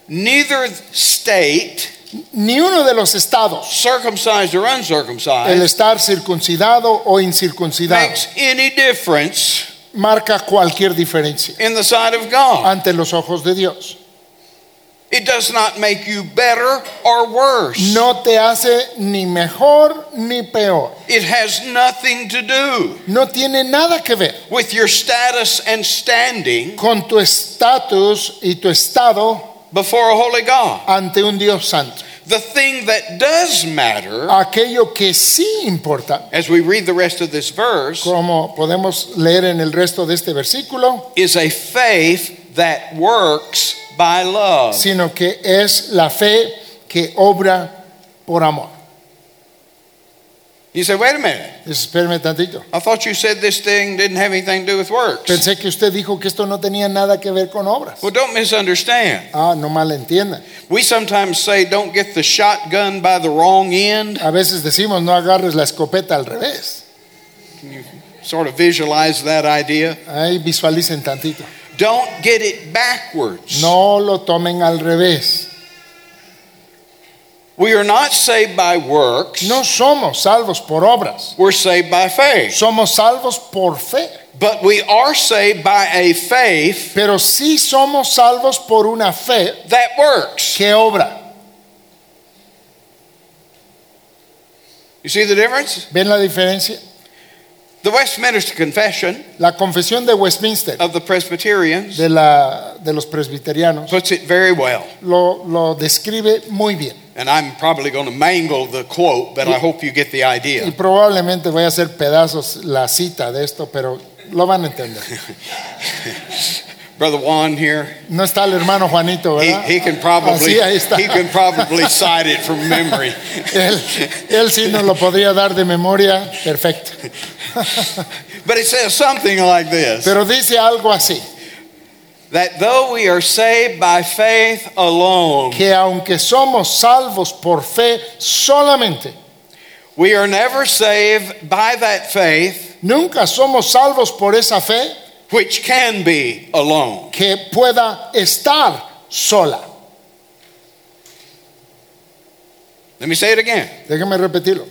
A: Neither state,
B: Ni uno de los estados,
A: circumcised or
B: el
A: uncircumcised,
B: estar circuncidado o incircuncidado,
A: makes any difference
B: marca cualquier diferencia
A: in the sight of God.
B: ante los ojos de Dios.
A: It does not make you better or worse.
B: No te hace ni mejor ni peor.
A: It has nothing to do
B: No tiene nada que ver
A: with your status and standing
B: con tu estatus y tu estado
A: before a holy God.
B: ante un Dios santo.
A: The thing that does matter,
B: Aquello que sí importa,
A: as we read the rest of this verse,
B: como podemos leer en el resto de este versículo,
A: is a faith that works by love.
B: sino que es la fe que obra por amor.
A: You say, wait a minute.
B: Dice, espérame tantito.
A: I thought you said this thing didn't have anything to do with works.
B: Pensé que usted dijo que esto no tenía nada que ver con obras.
A: Well, don't misunderstand.
B: Ah, no mal entiendan.
A: We sometimes say, don't get the shotgun by the wrong end.
B: A veces decimos no agarres la escopeta al revés.
A: Sort of visualize that idea.
B: Ahí visualicen tantito.
A: Don't get it backwards.
B: No lo tomen al revés.
A: We are not saved by works.
B: No somos salvos por obras.
A: We're saved by faith.
B: Somos salvos por fe.
A: But we are saved by a faith
B: Pero sí somos salvos por una fe
A: that works.
B: que obra.
A: You see the difference?
B: ¿Ven la diferencia?
A: The Westminster Confession
B: La confesión de Westminster,
A: of the Presbyterians
B: de, la, de los presbiterianos,
A: puts it very well.
B: lo, lo describe muy bien.
A: And I'm probably going to mangle the quote, but I hope you get the
B: Y
A: idea.
B: probablemente voy a hacer pedazos la cita de esto, pero lo van a entender.
A: Brother Juan here,
B: No está el hermano Juanito,
A: he,
B: ¿verdad?
A: he can
B: <laughs>
A: probably
B: Así, ahí está.
A: he can
B: <laughs>
A: probably cite it from memory.
B: Él, él sí nos lo podría dar de memoria, perfecto.
A: But it says something like this
B: Pero dice algo así,
A: that though we are saved by faith alone,
B: que aunque somos salvos por fe solamente,
A: we are never saved by that faith
B: nunca somos salvos por esa fe
A: which can be alone.
B: que pueda estar sola.
A: Let me say it again.
B: Déjame repetirlo.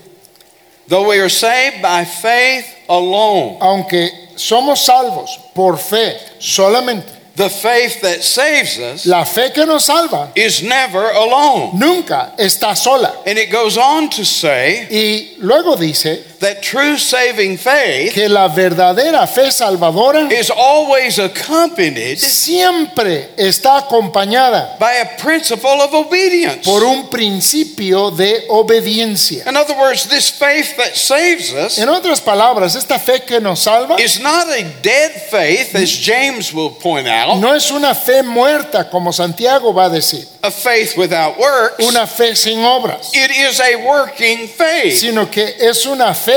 A: Though we are saved by faith alone,
B: Aunque somos salvos por fe solamente,
A: the faith that saves us
B: la fe que nos salva
A: is never alone.
B: nunca está sola.
A: And it goes on to say
B: Y luego dice
A: that true saving faith
B: que la verdadera fe salvadora
A: is always accompanied
B: siempre está acompañada
A: by a principle of obedience.
B: por un principio de obediencia.
A: In other words, this faith that saves us
B: En otras palabras, esta fe que nos salva
A: is not a dead faith, as James will point out,
B: no es una fe muerta, como Santiago va a decir,
A: a faith without works.
B: una fe sin obras,
A: It is a working faith.
B: sino que es una fe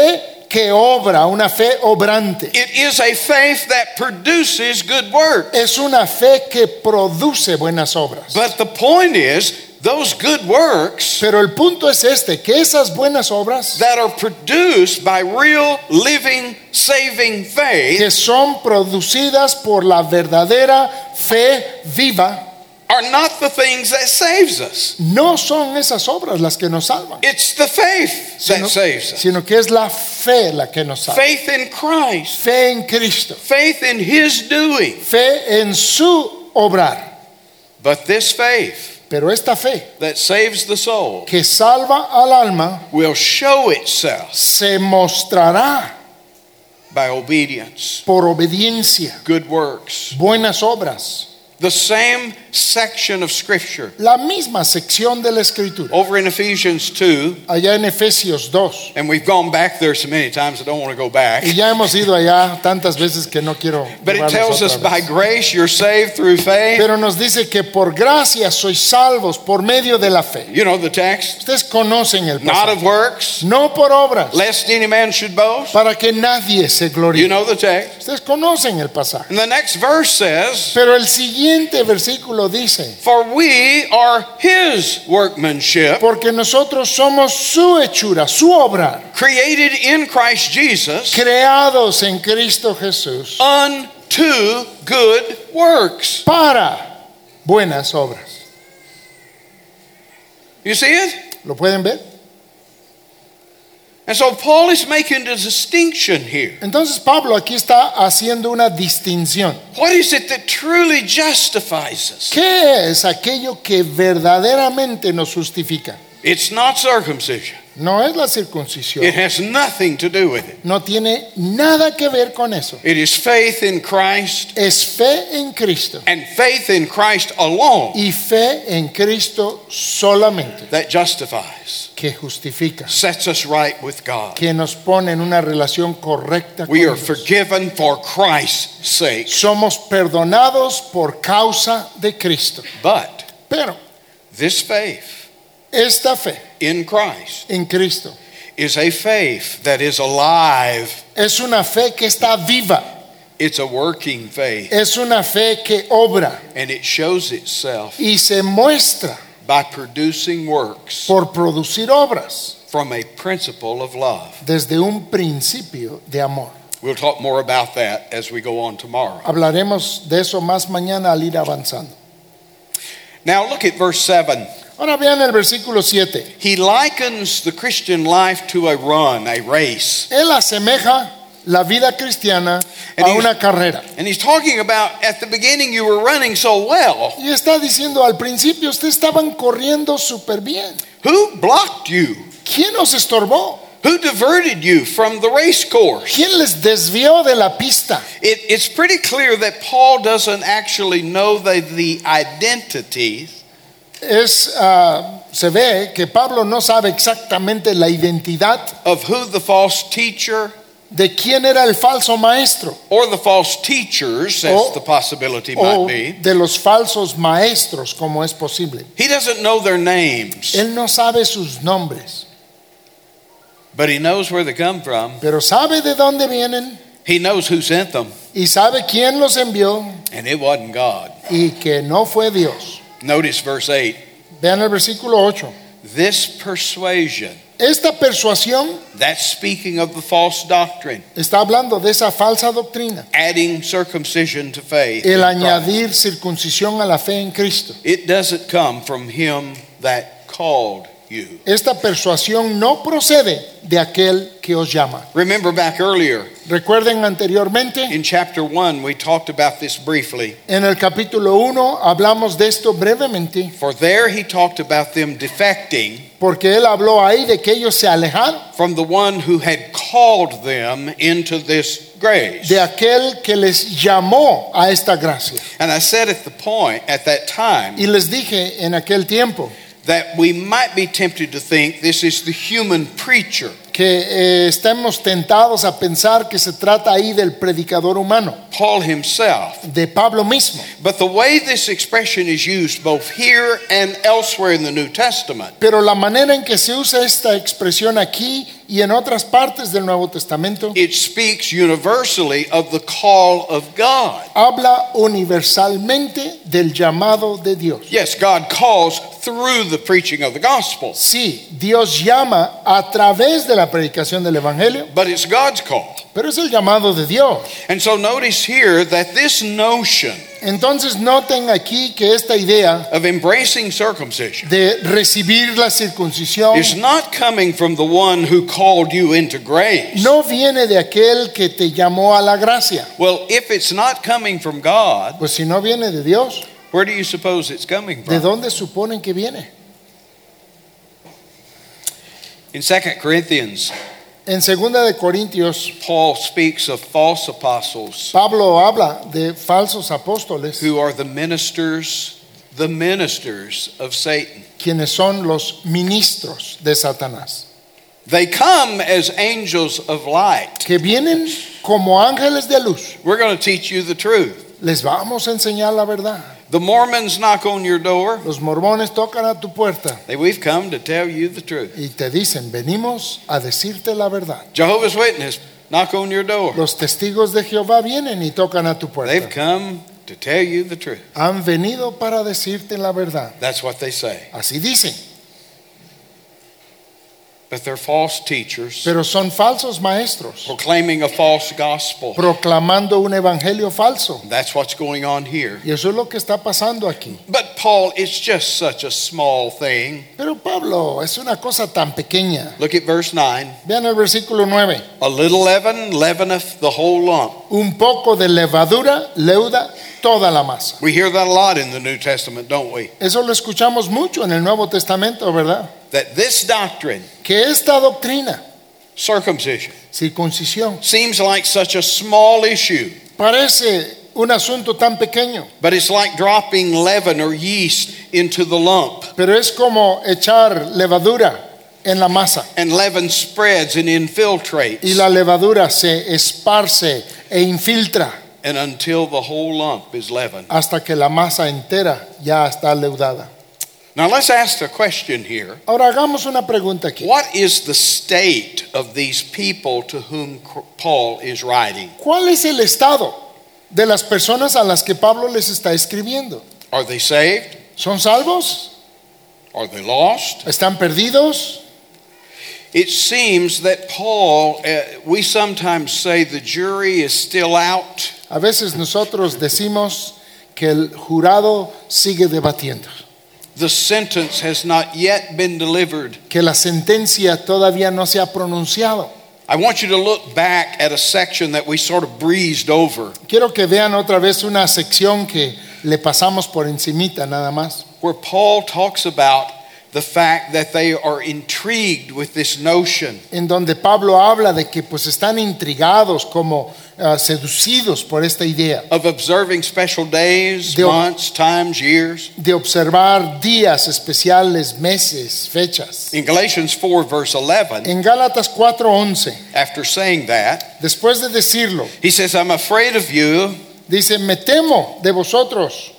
B: que obra, una fe obrante.
A: It is a faith that produces good work.
B: Es una fe que produce buenas obras.
A: But the point is, those good works
B: Pero el punto es este, que esas buenas obras
A: that are produced by real, living, saving faith
B: que son producidas por la verdadera fe viva
A: are not the things that saves us.
B: No son esas obras las que nos salvan,
A: It's the faith that
B: sino,
A: saves us.
B: sino que es la fe la que nos salva.
A: Faith in Christ,
B: Fe en Cristo,
A: faith in his doing.
B: fe en su obrar.
A: But this faith
B: Pero esta fe
A: that saves the soul
B: que salva al alma
A: will show itself
B: se mostrará
A: by obedience,
B: por obediencia,
A: good works.
B: buenas obras.
A: The same section of scripture
B: La misma sección de la escritura,
A: over in Ephesians 2,
B: allá en Efesios 2.
A: and we've gone back there so many times I don't want to go back.
B: Y ya hemos ido allá tantas veces que no quiero.
A: But it
B: llevarlos
A: tells us
B: otra
A: by
B: vez.
A: grace you're saved through faith.
B: Pero nos dice que por gracia sois salvos por medio de la fe.
A: You know the text.
B: Ustedes conocen el
A: Not
B: pasaje.
A: of works,
B: No por obras,
A: lest any man should boast.
B: para que nadie se gloríe.
A: You know the text.
B: Ustedes conocen el pasaje.
A: And the next verse says,
B: Pero el siguiente versículo dice,
A: For we are his workmanship,
B: porque nosotros somos su hechura, su obra,
A: created in Christ Jesus
B: creados en Cristo Jesús
A: unto good works.
B: para buenas obras.
A: You see it?
B: ¿Lo pueden ver?
A: And so Paul is making a distinction here.
B: Entonces Pablo aquí está haciendo una distinción.
A: What is it that truly justifies us?
B: ¿Qué es aquello que verdaderamente nos justifica?
A: It's not circumcision,
B: No es la circuncisión.
A: it has nothing to do with it.
B: No tiene nada que ver con eso.
A: It is faith in Christ
B: Es fe en Cristo
A: and faith in Christ alone
B: y fe en Cristo solamente
A: that justifies,
B: que justifica,
A: sets us right with God.
B: que nos pone en una relación correcta con
A: We are
B: Dios.
A: forgiven for Christ's sake,
B: Somos perdonados por causa de Cristo.
A: but
B: Pero
A: this faith
B: esta fe
A: in Christ
B: en Cristo
A: is a faith that is alive.
B: es una fe que está viva,
A: It's a working faith,
B: es una fe que obra
A: and it shows itself
B: y se muestra
A: by producing works
B: por producir obras.
A: from a principle of love.
B: desde un principio de amor.
A: We'll talk more about that as we go on tomorrow.
B: Hablaremos de eso más mañana al ir avanzando.
A: Now, look at verse 7.
B: Ahora vean el versículo 7.
A: He likens the Christian life to a run, a race.
B: Él asemeja la vida cristiana a
A: And he-
B: una carrera.
A: And he's talking about at the beginning you were running so well.
B: Y está diciendo al principio, ustedes estaban corriendo súper bien.
A: Who blocked you?
B: ¿Quién os estorbó?
A: Who diverted you from the race course?
B: ¿Quién les desvió de la pista?
A: It, it's pretty clear that Paul doesn't actually know the, the identities
B: Es, ah, se ve que Pablo no sabe exactamente la identidad
A: of who the false teacher
B: de quién era el falso maestro
A: or the false teachers, as
B: Oh.
A: the possibility
B: o
A: might be.
B: de los falsos maestros, como es posible.
A: He doesn't know their names,
B: Él no sabe sus nombres,
A: but he knows where they come from.
B: pero sabe de dónde vienen
A: He knows who sent them,
B: y sabe quién los envió
A: and it wasn't God.
B: y que no fue Dios.
A: Notice verse 8.
B: Vean el versículo 8.
A: This persuasion,
B: Esta persuasión
A: that's speaking of the false doctrine,
B: está hablando de esa falsa doctrina,
A: adding circumcision to faith.
B: el añadir circuncisión a la fe en Cristo.
A: It doesn't come from him that called you.
B: Esta persuasión no procede de aquel que os llama.
A: Remember back earlier
B: Recuerden anteriormente,
A: in chapter 1, we talked about this briefly.
B: en el capítulo 1 hablamos de esto brevemente,
A: For there he talked about them defecting
B: porque él habló ahí de que ellos se alejaron
A: from the one who had called them into this grace.
B: de aquel que les llamó a esta gracia.
A: And I said at the point, at that time,
B: Y les dije en aquel tiempo
A: that we might be tempted to think this is the human preacher.
B: que eh, estemos tentados a pensar que se trata ahí del predicador humano,
A: Paul himself.
B: de Pablo mismo.
A: But the way this expression is used both here and elsewhere in the New Testament
B: Pero la manera en que se usa esta expresión aquí y en otras partes del Nuevo Testamento
A: It speaks universally of the call of God.
B: habla universalmente del llamado de Dios.
A: Yes, God calls through the preaching of the gospel,
B: Sí, Dios llama a través de la predicación del Evangelio,
A: but it's God's call.
B: pero es el llamado de Dios.
A: And so notice here that this notion
B: Entonces noten aquí que esta idea
A: of embracing circumcision
B: de recibir la circuncisión
A: is not coming from the one who called you into grace.
B: no viene de aquel que te llamó a la gracia.
A: Well, if it's not coming from God,
B: Pues si no viene de Dios,
A: where do you suppose it's coming
B: ¿de
A: from?
B: dónde suponen que viene?
A: In 2 Corinthians,
B: En 2 de Corintios,
A: Paul speaks of false apostles
B: Pablo habla de falsos apóstoles,
A: who are the ministers, the ministers of Satan.
B: quienes son los ministros de Satanás,
A: They come as angels of light.
B: que vienen como ángeles de luz.
A: We're going to teach you the truth.
B: Les vamos a enseñar la verdad.
A: The Mormons knock on your door.
B: Los mormones tocan a tu puerta
A: They, we've come to tell you the truth.
B: y te dicen, venimos a decirte la verdad.
A: Jehovah's Witness knock on your door.
B: Los testigos de Jehová vienen y tocan a tu
A: They've
B: puerta.
A: come to tell you the truth.
B: Han venido para decirte la verdad.
A: That's what they say.
B: Así dicen.
A: But they're false teachers
B: Pero son falsos maestros,
A: proclaiming a false gospel.
B: proclamando un evangelio falso.
A: That's what's going on here.
B: Y eso es lo que está pasando aquí.
A: But Paul, it's just such a small thing.
B: Pero Pablo, es una cosa tan pequeña.
A: Look at verse 9.
B: Vean el versículo 9.
A: A little leaven leaveneth the whole lump.
B: Un poco de levadura leuda toda la masa.
A: We hear that a lot in the New Testament, don't we?
B: Eso lo escuchamos mucho en el Nuevo Testamento, ¿verdad?
A: That this doctrine,
B: Que esta doctrina,
A: circumcision,
B: circuncisión,
A: seems like such a small issue.
B: parece un asunto tan pequeño,
A: But it's like dropping leaven or yeast into the lump,
B: pero es como echar levadura en la masa.
A: and leaven spreads and infiltrates,
B: Y la levadura se esparce e infiltra.
A: and until the whole lump is leaven.
B: hasta que la masa entera ya está leudada.
A: Now let's ask the question here
B: Ahora hagamos una pregunta aquí.
A: What is the state of these people to whom C- Paul is writing?
B: ¿Cuál es el estado de las personas a las que Pablo les está escribiendo?
A: Are they saved?
B: ¿Son salvos?
A: Are they lost?
B: ¿Están perdidos?
A: It seems that Paul, uh, we sometimes say the jury is still out.
B: A veces nosotros decimos que el jurado sigue debatiendo,
A: The sentence has not yet been delivered.
B: que la sentencia todavía no se ha pronunciado.
A: I want you to look back at a section that we sort of breezed over
B: Quiero que vean otra vez una sección que le pasamos por encimita nada más,
A: where Paul talks about the fact that they are intrigued with this notion
B: en donde Pablo habla de que pues están intrigados, como ah, seducidos por esta idea.
A: of observing special days,
B: They'll-
A: months, times, years.
B: de observar días especiales, meses, fechas.
A: In Galatians 4, verse 11,
B: En Gálatas 4:11,
A: after saying that,
B: después de decirlo,
A: he says, I'm afraid of you,
B: dice, me temo de vosotros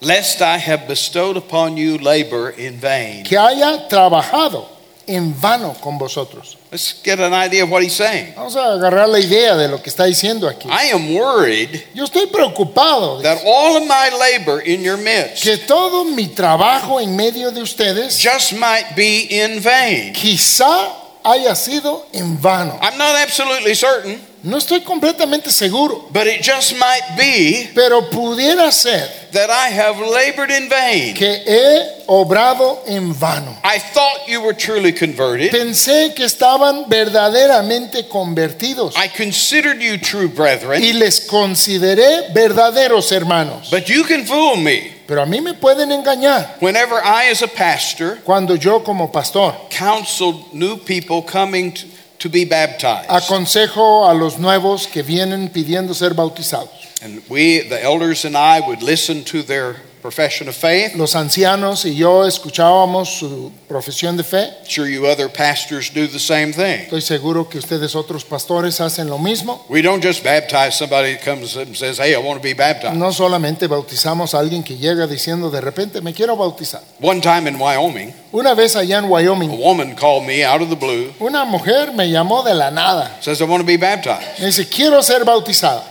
A: lest I have bestowed upon you labor in vain.
B: que haya trabajado en vano con vosotros.
A: Let's get an idea of what he's saying.
B: Vamos a agarrar la idea de lo que está diciendo aquí.
A: I am worried
B: Yo estoy preocupado de
A: that all of my labor in your midst
B: que todo mi trabajo en medio de ustedes
A: just might be in vain.
B: quizá haya sido en vano.
A: I'm not absolutely certain,
B: No estoy completamente seguro,
A: but it just might be
B: pero pudiera ser
A: that I have labored in vain.
B: que he obrado en vano.
A: I thought you were truly converted.
B: Pensé que estaban verdaderamente convertidos
A: I considered you true brethren,
B: y les consideré verdaderos hermanos.
A: but you can fool me
B: Pero a mí me pueden engañar
A: whenever I, as a pastor,
B: cuando yo como pastor
A: counseled new people coming t- to be baptized.
B: aconsejo a los nuevos que vienen pidiendo ser bautizados.
A: And we, the elders and I, would listen to their profession of faith.
B: Los ancianos y yo escuchábamos su profesión de fe.
A: Sure, you other pastors do the same thing.
B: Estoy seguro que ustedes otros pastores hacen lo mismo.
A: We don't just baptize somebody that comes and says, Hey, I want to be baptized.
B: No solamente bautizamos a alguien que llega diciendo de repente me quiero bautizar.
A: One time in Wyoming,
B: Una vez allá en
A: a
B: Wyoming,
A: woman called me out of the blue,
B: una mujer me llamó de la nada.
A: says, I want to be baptized.
B: Me dice, quiero ser bautizada.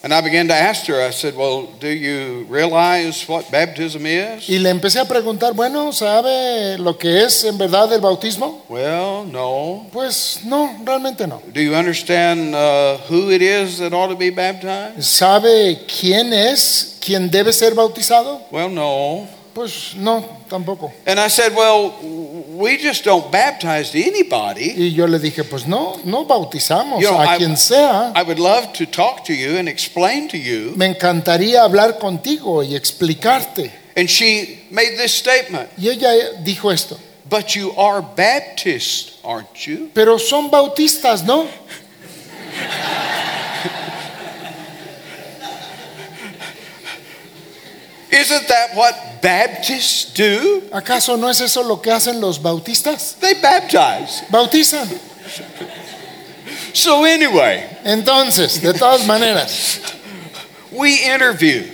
A: And And I began to ask her, I said, Well, do you realize what baptism is?
B: Y le empecé a preguntar, bueno, ¿sabe lo que es en verdad el bautismo?
A: Well, no.
B: Pues no, realmente no.
A: Do you understand uh, who it is that ought to be baptized?
B: ¿Sabe quién es quien debe ser bautizado?
A: Well, no.
B: Pues no, tampoco.
A: And I said, Well, we just don't baptize anybody.
B: Y yo le dije, pues no, no bautizamos
A: Yo,
B: a
A: I-
B: quien sea.
A: I would love to talk to you and explain to you.
B: Me encantaría hablar contigo y explicarte.
A: And she made this statement
B: Y ella eh, dijo esto,
A: But you are Baptist, aren't you?
B: pero son bautistas, ¿no?
A: Isn't that what Baptists do?
B: ¿Acaso no es eso lo que hacen los bautistas?
A: They baptize.
B: Bautizan.
A: So, anyway,
B: Entonces, de todas maneras,
A: we interview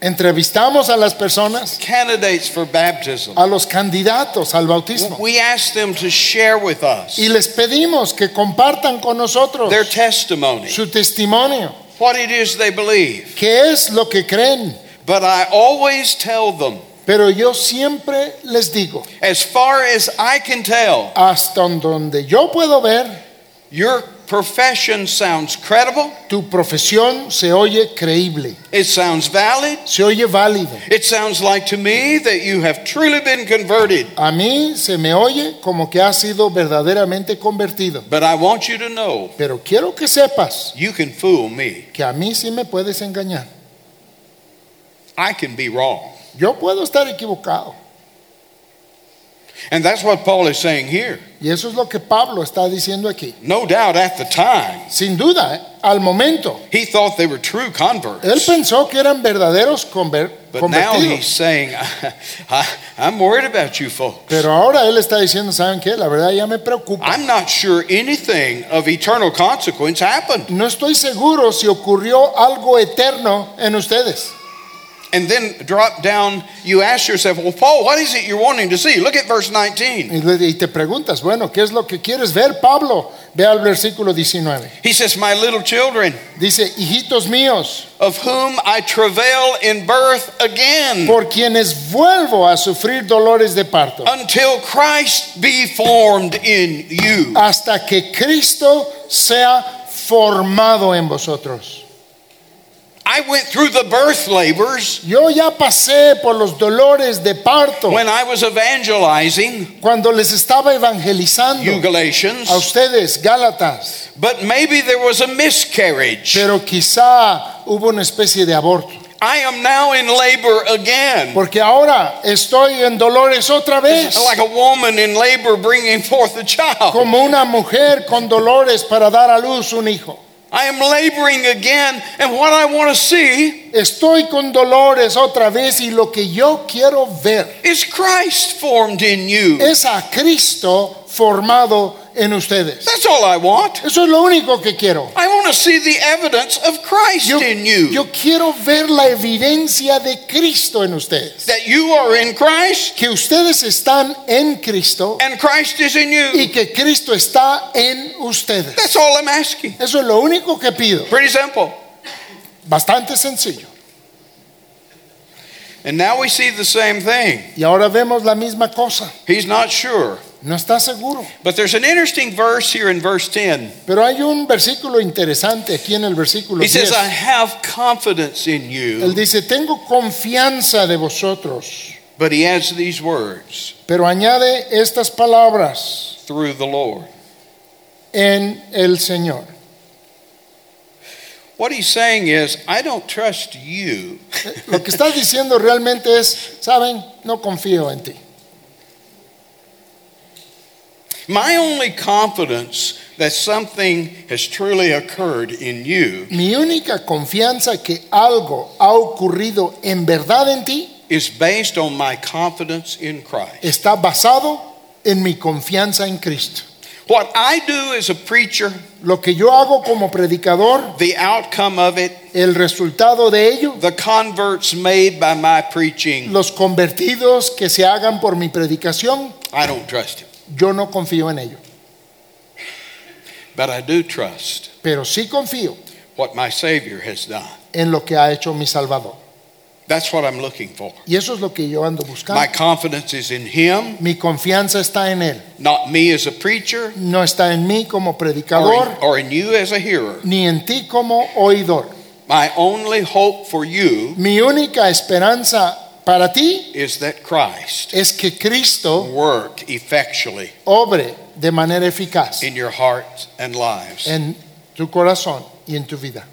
B: entrevistamos a las personas,
A: candidates for baptism.
B: a los candidatos al bautismo,
A: We ask them to share with us
B: y les pedimos que compartan con nosotros
A: their testimony,
B: su testimonio,
A: what it is they believe.
B: qué es lo que creen.
A: But I always tell them,
B: Pero yo siempre les digo,
A: as far as I can tell,
B: hasta donde yo puedo ver,
A: your profession sounds credible,
B: tu profesión se oye creíble,
A: it sounds valid,
B: se oye válido.
A: it sounds like to me that you have truly been converted.
B: A mí se me oye como que has sido verdaderamente convertido.
A: But I want you to know,
B: Pero quiero que sepas
A: you can fool me.
B: que a mí sí me puedes engañar.
A: I can be wrong.
B: Yo puedo estar equivocado.
A: And that's what Paul is saying here.
B: Y eso es lo que Pablo está diciendo aquí.
A: No doubt at the time,
B: Sin duda, ¿eh? al momento,
A: he thought they were true
B: él
A: converts.
B: pensó que eran verdaderos conver-
A: But now he's
B: convertidos.
A: saying, <laughs> I, am worried about you folks.
B: Pero ahora él está diciendo, ¿saben qué? La verdad ya me preocupa.
A: I'm not sure anything of eternal consequence happened.
B: No estoy seguro si ocurrió algo eterno en ustedes.
A: And then drop down, you ask yourself, well, Paul, what is it you're wanting to see? Look at verse 19.
B: Y le- y te preguntas, bueno, ¿qué es lo que quieres ver, Pablo? Ve al versículo 19.
A: He says, My little children,
B: Dice, hijitos míos,
A: of whom I travail in birth again
B: por quienes vuelvo a sufrir dolores de parto,
A: until Christ be formed in you.
B: hasta que Cristo sea formado en vosotros.
A: I went through the birth labors
B: Yo ya pasé por los dolores de parto
A: when I was evangelizing
B: cuando les estaba evangelizando
A: you Galatians,
B: a ustedes, Gálatas,
A: but maybe there was a miscarriage.
B: pero quizá hubo una especie de aborto,
A: I am now in labor again.
B: porque ahora estoy en dolores otra vez.
A: Like a woman in labor bringing forth a child.
B: como una mujer con dolores para dar a luz un hijo.
A: I am laboring again, and what I want to see
B: Estoy con dolores otra vez y lo que yo quiero ver
A: is Christ formed in you.
B: es a Cristo formado en ustedes.
A: That's all I want.
B: Eso es lo único que quiero.
A: I want to see the evidence of Christ
B: Yo,
A: in you.
B: yo quiero ver la evidencia de Cristo en ustedes.
A: That you are in Christ
B: Que ustedes están en Cristo
A: and Christ is in you.
B: y que Cristo está en ustedes.
A: That's all I'm asking.
B: Eso es lo único que pido.
A: Pretty simple.
B: Bastante sencillo.
A: And now we see the same thing.
B: Y ahora vemos la misma cosa.
A: He's not sure.
B: No está seguro.
A: But there's an interesting verse here in verse 10.
B: Pero hay un versículo interesante aquí en el versículo
A: He
B: 10.
A: says, I have confidence in
B: Él
A: you.
B: dice, tengo confianza de vosotros,
A: But he adds these words
B: pero añade estas palabras
A: through the Lord.
B: en el Señor.
A: What he's saying is, I don't trust you.
B: Eh, Lo que está diciendo realmente es, saben, no confío en ti.
A: My only confidence that something has truly occurred in you
B: Mi única confianza que algo ha ocurrido en verdad en ti
A: is based on my confidence in Christ.
B: está basado en mi confianza en Cristo.
A: What I do as a preacher,
B: Lo que yo hago como predicador,
A: the outcome of it,
B: el resultado de ello,
A: the converts made by my preaching,
B: los convertidos que se hagan por mi predicación,
A: I don't trust him.
B: Yo no confío en ello,
A: But I do trust
B: pero sí confío
A: what my Savior has done.
B: en lo que ha hecho mi Salvador.
A: That's what I'm looking for.
B: Y eso es lo que yo ando
A: My
B: buscando.
A: confidence is in Him,
B: Mi confianza está en Él.
A: not me as a preacher
B: No está en mí como
A: or in,
B: predicador,
A: or in you as a hearer.
B: ni en ti como oidor.
A: My only hope for you
B: Mi única esperanza para ti
A: is that Christ
B: es que Cristo
A: work effectually
B: obre de manera eficaz
A: in your hearts and lives.
B: en tu corazón y en tu vida.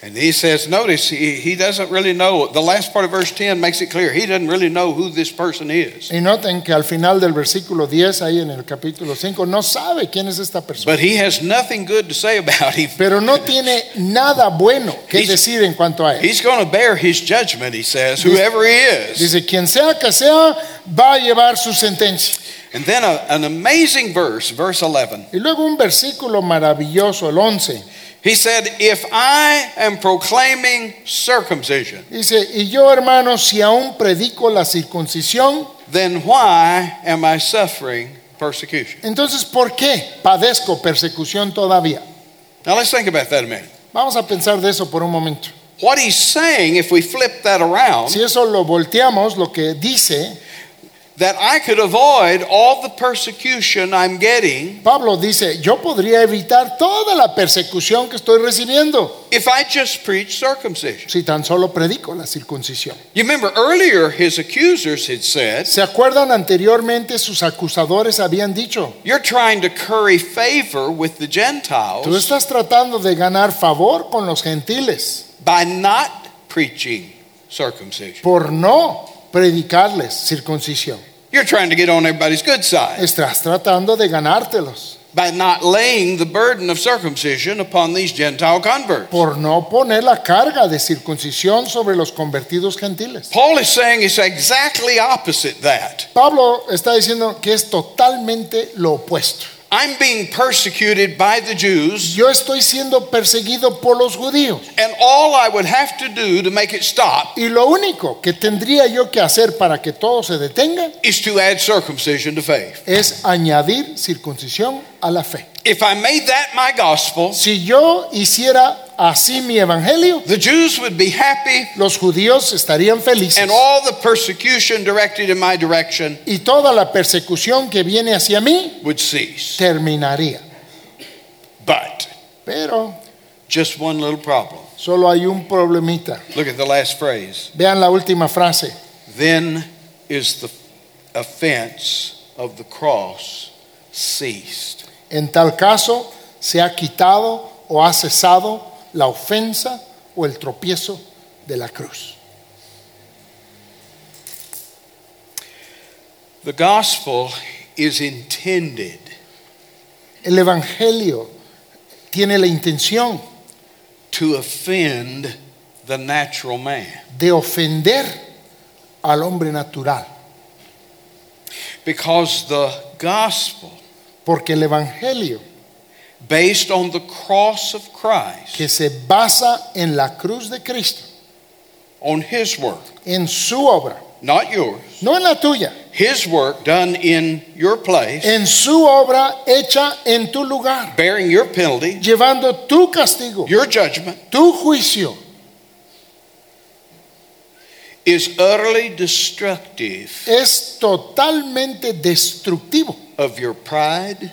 A: And he says, notice, he, he doesn't really know. The last part of verse 10 makes it clear. He doesn't really know who this person is.
B: Y noten que al final del versículo 10, ahí en el capítulo 5, no sabe quién es esta persona.
A: But he has nothing good to say about him.
B: Pero no tiene nada bueno que
A: He's-
B: decir en cuanto a él.
A: He's going to bear his judgment, he says,
B: Dice-
A: whoever he is.
B: Dice, quien sea que sea, va a llevar su sentencia.
A: And then a- an amazing verse, verse 11.
B: Y luego un versículo maravilloso, el 11.
A: He said, If I am proclaiming circumcision,
B: Dice, y yo hermano, si aún predico la circuncisión,
A: then why am I suffering persecution?
B: entonces ¿por qué padezco persecución todavía?
A: Now let's think about that a minute.
B: Vamos a pensar de eso por un momento.
A: What he's saying, if we flip that around,
B: Si eso lo volteamos, lo que dice,
A: that I could avoid all the persecution I'm getting
B: Pablo dice, yo podría evitar toda la persecución que estoy recibiendo
A: if I just preach circumcision.
B: si tan solo predico la circuncisión.
A: You remember earlier his accusers had said,
B: ¿Se acuerdan anteriormente sus acusadores habían dicho,
A: You're trying to curry favor with the
B: tú
A: Gentiles
B: estás tratando de ganar favor con los gentiles
A: by not preaching circumcision.
B: por no predicarles circuncisión?
A: You're trying to get on everybody's good side.
B: Estás tratando de ganártelos
A: by not laying the burden of circumcision upon these Gentile converts.
B: por no poner la carga de circuncisión sobre los convertidos gentiles.
A: Paul is saying it's exactly opposite that.
B: Pablo está diciendo que es totalmente lo opuesto.
A: I'm being persecuted by the Jews,
B: Yo estoy siendo perseguido por los judíos
A: and all I would have to do to make it stop
B: y lo único que tendría yo que hacer para que todo se detenga
A: is to add circumcision to faith.
B: es añadir circuncisión a la fe.
A: If I made that my gospel,
B: Si yo hiciera así mi evangelio,
A: the Jews would be happy,
B: los judíos estarían felices
A: and all the persecution directed in my direction
B: y toda la persecución que viene hacia mí
A: would cease.
B: terminaría.
A: But
B: Pero
A: just one little problem.
B: solo hay un problemita.
A: Look at the last phrase.
B: Vean la última frase.
A: Then is the offense of the cross ceased.
B: En tal caso, se ha quitado o ha cesado la ofensa o el tropiezo de la cruz.
A: The gospel is intended
B: El Evangelio tiene la intención
A: to offend the natural man
B: de ofender al hombre natural,
A: because the gospel,
B: porque el Evangelio
A: based on the cross of Christ,
B: que se basa en la cruz de Cristo,
A: on his work,
B: en su obra,
A: not yours,
B: no en la tuya,
A: his work done in your place,
B: en su obra hecha en tu lugar,
A: bearing your penalty,
B: llevando tu castigo,
A: your judgment,
B: tu juicio,
A: is utterly destructive
B: es totalmente destructivo
A: of your pride,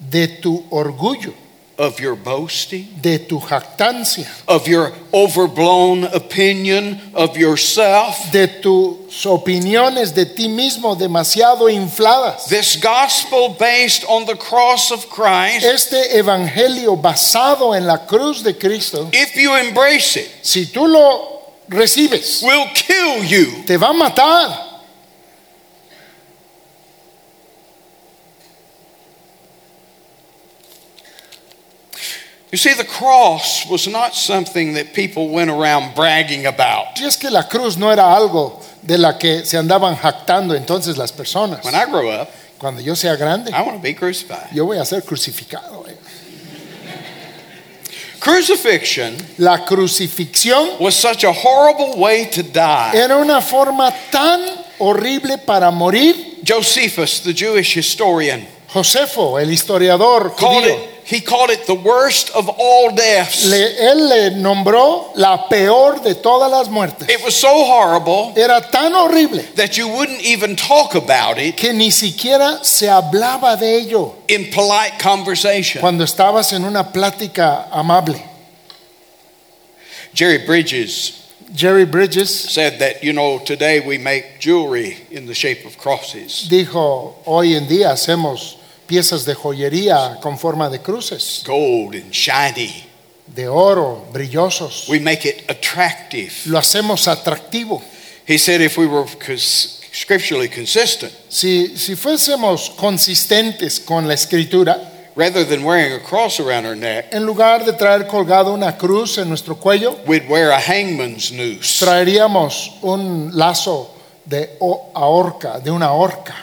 B: de tu orgullo,
A: of your boasting.
B: de tu jactancia,
A: of your overblown opinion of yourself.
B: de tus opiniones de ti mismo demasiado infladas.
A: This gospel based on the cross of Christ,
B: Este evangelio basado en la cruz de Cristo,
A: if you embrace it,
B: si tú lo recibes,
A: will kill you.
B: te va a matar.
A: You see, the cross was not something that people went around bragging about.
B: Y es que la cruz no era algo de la que se andaban jactando entonces las personas.
A: When I grow up,
B: Cuando yo sea grande,
A: I want to be crucified.
B: yo voy a ser crucificado. eh.
A: Crucifixion
B: La crucifixión
A: was such a horrible way to die.
B: era una forma tan horrible para morir
A: Josephus, the Jewish historian,
B: Josefo, el historiador
A: called
B: judío,
A: it He called it the worst of all deaths.
B: Le- él le nombró la peor de todas las muertes.
A: It was so horrible
B: Era tan horrible
A: that you wouldn't even talk about it
B: que ni siquiera se hablaba de ello
A: in polite conversation.
B: cuando estabas en una plática amable.
A: Jerry Bridges
B: Jerry Bridges
A: said that, you know, today we make jewelry in the shape of crosses.
B: dijo, hoy en día hacemos piezas de joyería con forma de cruces,
A: Gold and shiny.
B: de oro, brillosos.
A: We make it attractive.
B: Lo hacemos atractivo.
A: He said if we were cons- scripturally consistent,
B: Si, si fuésemos consistentes con la escritura,
A: rather than wearing a cross around our neck,
B: en lugar de traer colgado una cruz en nuestro cuello,
A: we'd wear a hangman's noose.
B: traeríamos un lazo de o- ahorca, de una horca.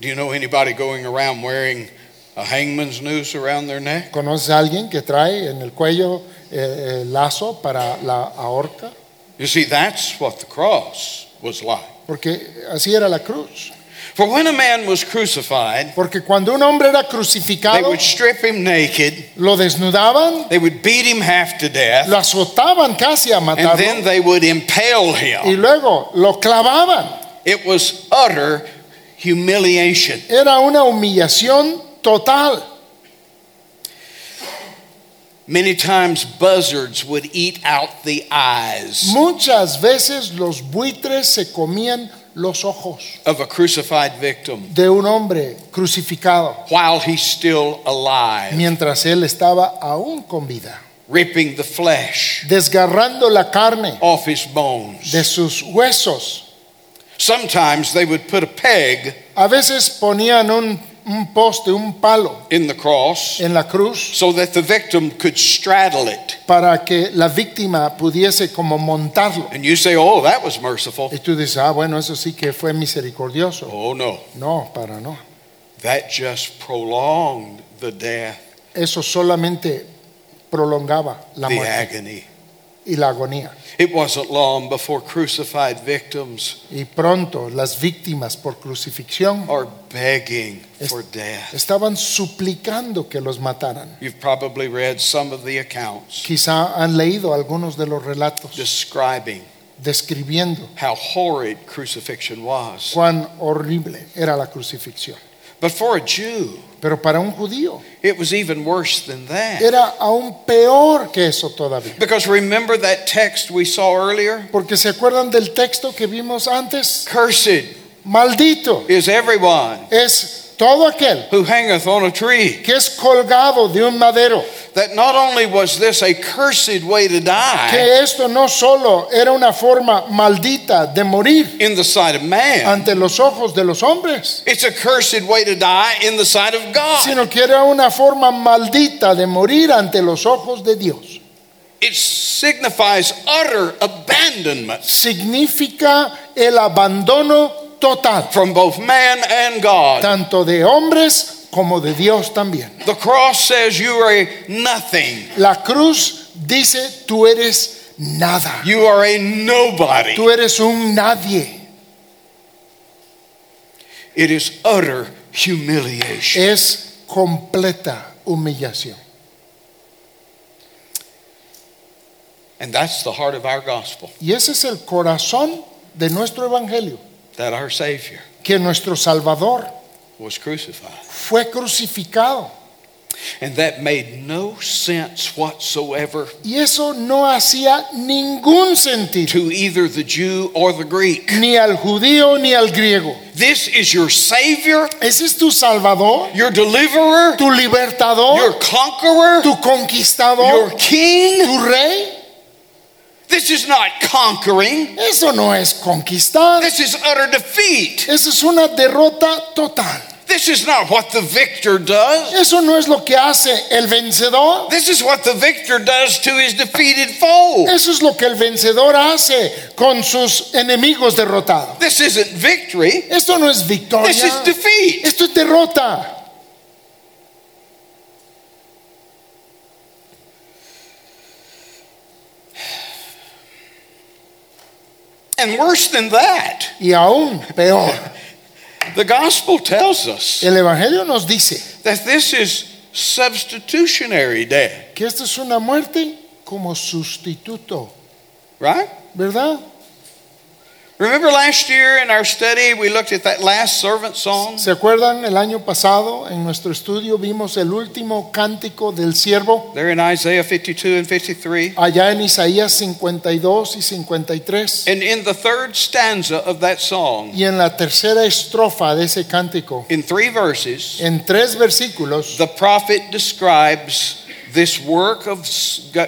A: Do you know anybody going around wearing a hangman's noose around their neck?
B: ¿Conoces a alguien que trae en el cuello eh, el lazo para la ahorca?
A: You see, that's what the cross was like.
B: Porque así era la cruz.
A: For when a man was crucified,
B: Porque cuando un hombre era
A: they
B: crucificado,
A: would strip him naked,
B: lo desnudaban,
A: they would beat him half to death,
B: lo azotaban casi a
A: and then
B: matarlo
A: they would impale
B: y
A: him.
B: luego lo clavaban.
A: It was utter humiliation.
B: Era una humillación total.
A: Many times, buzzards would eat out the eyes
B: Muchas veces los buitres se comían los ojos
A: of a crucified victim
B: de un hombre crucificado
A: while he's still alive,
B: mientras él estaba aún con vida,
A: ripping the flesh
B: desgarrando la carne
A: off his bones.
B: de sus huesos.
A: Sometimes they would put a peg
B: A veces ponían un, un poste, un palo
A: in the cross
B: en la cruz
A: so that the victim could straddle it.
B: para que la víctima pudiese como montarlo.
A: And you say, oh, that was merciful.
B: Y tú dices, ah, bueno, eso sí que fue misericordioso.
A: Oh, no.
B: No, para no.
A: That just prolonged the death,
B: Eso solamente prolongaba la
A: the
B: muerte
A: agony.
B: y la agonía.
A: It wasn't long before crucified victims
B: Y pronto las víctimas por crucifixión
A: are begging
B: Es-
A: for death.
B: estaban suplicando que los mataran.
A: You've probably read some of the accounts
B: Quizá han leído algunos de los relatos
A: describing
B: describiendo
A: how horrid crucifixion was.
B: cuán horrible era la crucifixión.
A: But for a Jew,
B: Pero para un judío
A: it was even worse than that.
B: era aún peor que eso todavía.
A: Because remember that text we saw earlier?
B: Porque se acuerdan del texto que vimos antes,
A: Cursed
B: maldito
A: is everyone
B: es todo aquel
A: who hangeth on a tree.
B: que es colgado de un madero,
A: That not only was this a cursed way to die
B: que esto no solo era una forma maldita de morir
A: in the sight of man,
B: ante los ojos de los hombres,
A: it's a cursed way to die in the sight of God.
B: sino que era una forma maldita de morir ante los ojos de Dios.
A: It signifies utter abandonment
B: Significa el abandono total,
A: from both man and God.
B: tanto de hombres como de Dios también.
A: The cross says you are a nothing,
B: La cruz dice, tú eres nada,
A: you are a nobody.
B: tú eres un nadie.
A: It is utter humiliation.
B: Es completa humillación.
A: And that's the heart of our gospel,
B: Y ese es el corazón de nuestro evangelio,
A: that our Savior
B: que nuestro Salvador
A: was crucified.
B: fue crucificado.
A: And that made no sense whatsoever
B: Y eso no hacía ningún sentido,
A: to either the Jew or the Greek.
B: ni al judío ni al griego.
A: This is your Savior,
B: Ese es tu Salvador,
A: your Deliverer,
B: tu
A: your
B: libertador,
A: Conqueror,
B: tu
A: your
B: conquistador,
A: King.
B: tu rey.
A: This is not conquering,
B: Eso no es conquistar,
A: this is utter defeat.
B: eso es una derrota total.
A: This is not what the victor does.
B: Eso no es lo que hace el vencedor.
A: This is what the victor does to his defeated foe.
B: Eso es lo que el vencedor hace con sus enemigos derrotados.
A: This isn't victory,
B: Esto no es victoria.
A: this is defeat.
B: Esto es derrota.
A: And worse than that,
B: Y aún peor,
A: The gospel tells us
B: El Evangelio nos dice
A: that this is substitutionary death,
B: que esta es una muerte como sustituto,
A: right?
B: ¿verdad?
A: Remember last year in our study, we looked at that last servant song?
B: ¿Se acuerdan? El año pasado en nuestro estudio vimos el último cántico del siervo
A: There in Isaiah 52 and 53.
B: allá en Isaías 52 y 53.
A: And in the third stanza of that song,
B: Y en la tercera estrofa de ese cántico,
A: in three verses,
B: en tres versículos,
A: the prophet describes this work of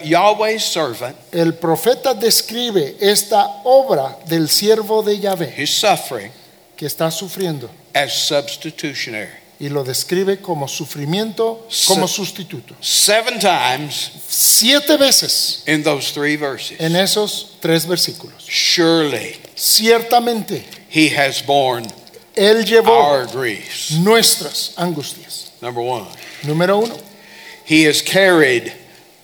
A: Yahweh's servant,
B: el profeta describe esta obra del siervo de Yahvé
A: his suffering,
B: que está sufriendo
A: as substitutionary.
B: y lo describe como sufrimiento, como sustituto.
A: Seven times
B: Siete veces
A: in those three
B: en
A: verses.
B: esos tres versículos.
A: Surely
B: Ciertamente,
A: he has borne
B: Él llevó
A: our griefs.
B: nuestras angustias.
A: Number one,
B: Número uno,
A: he has carried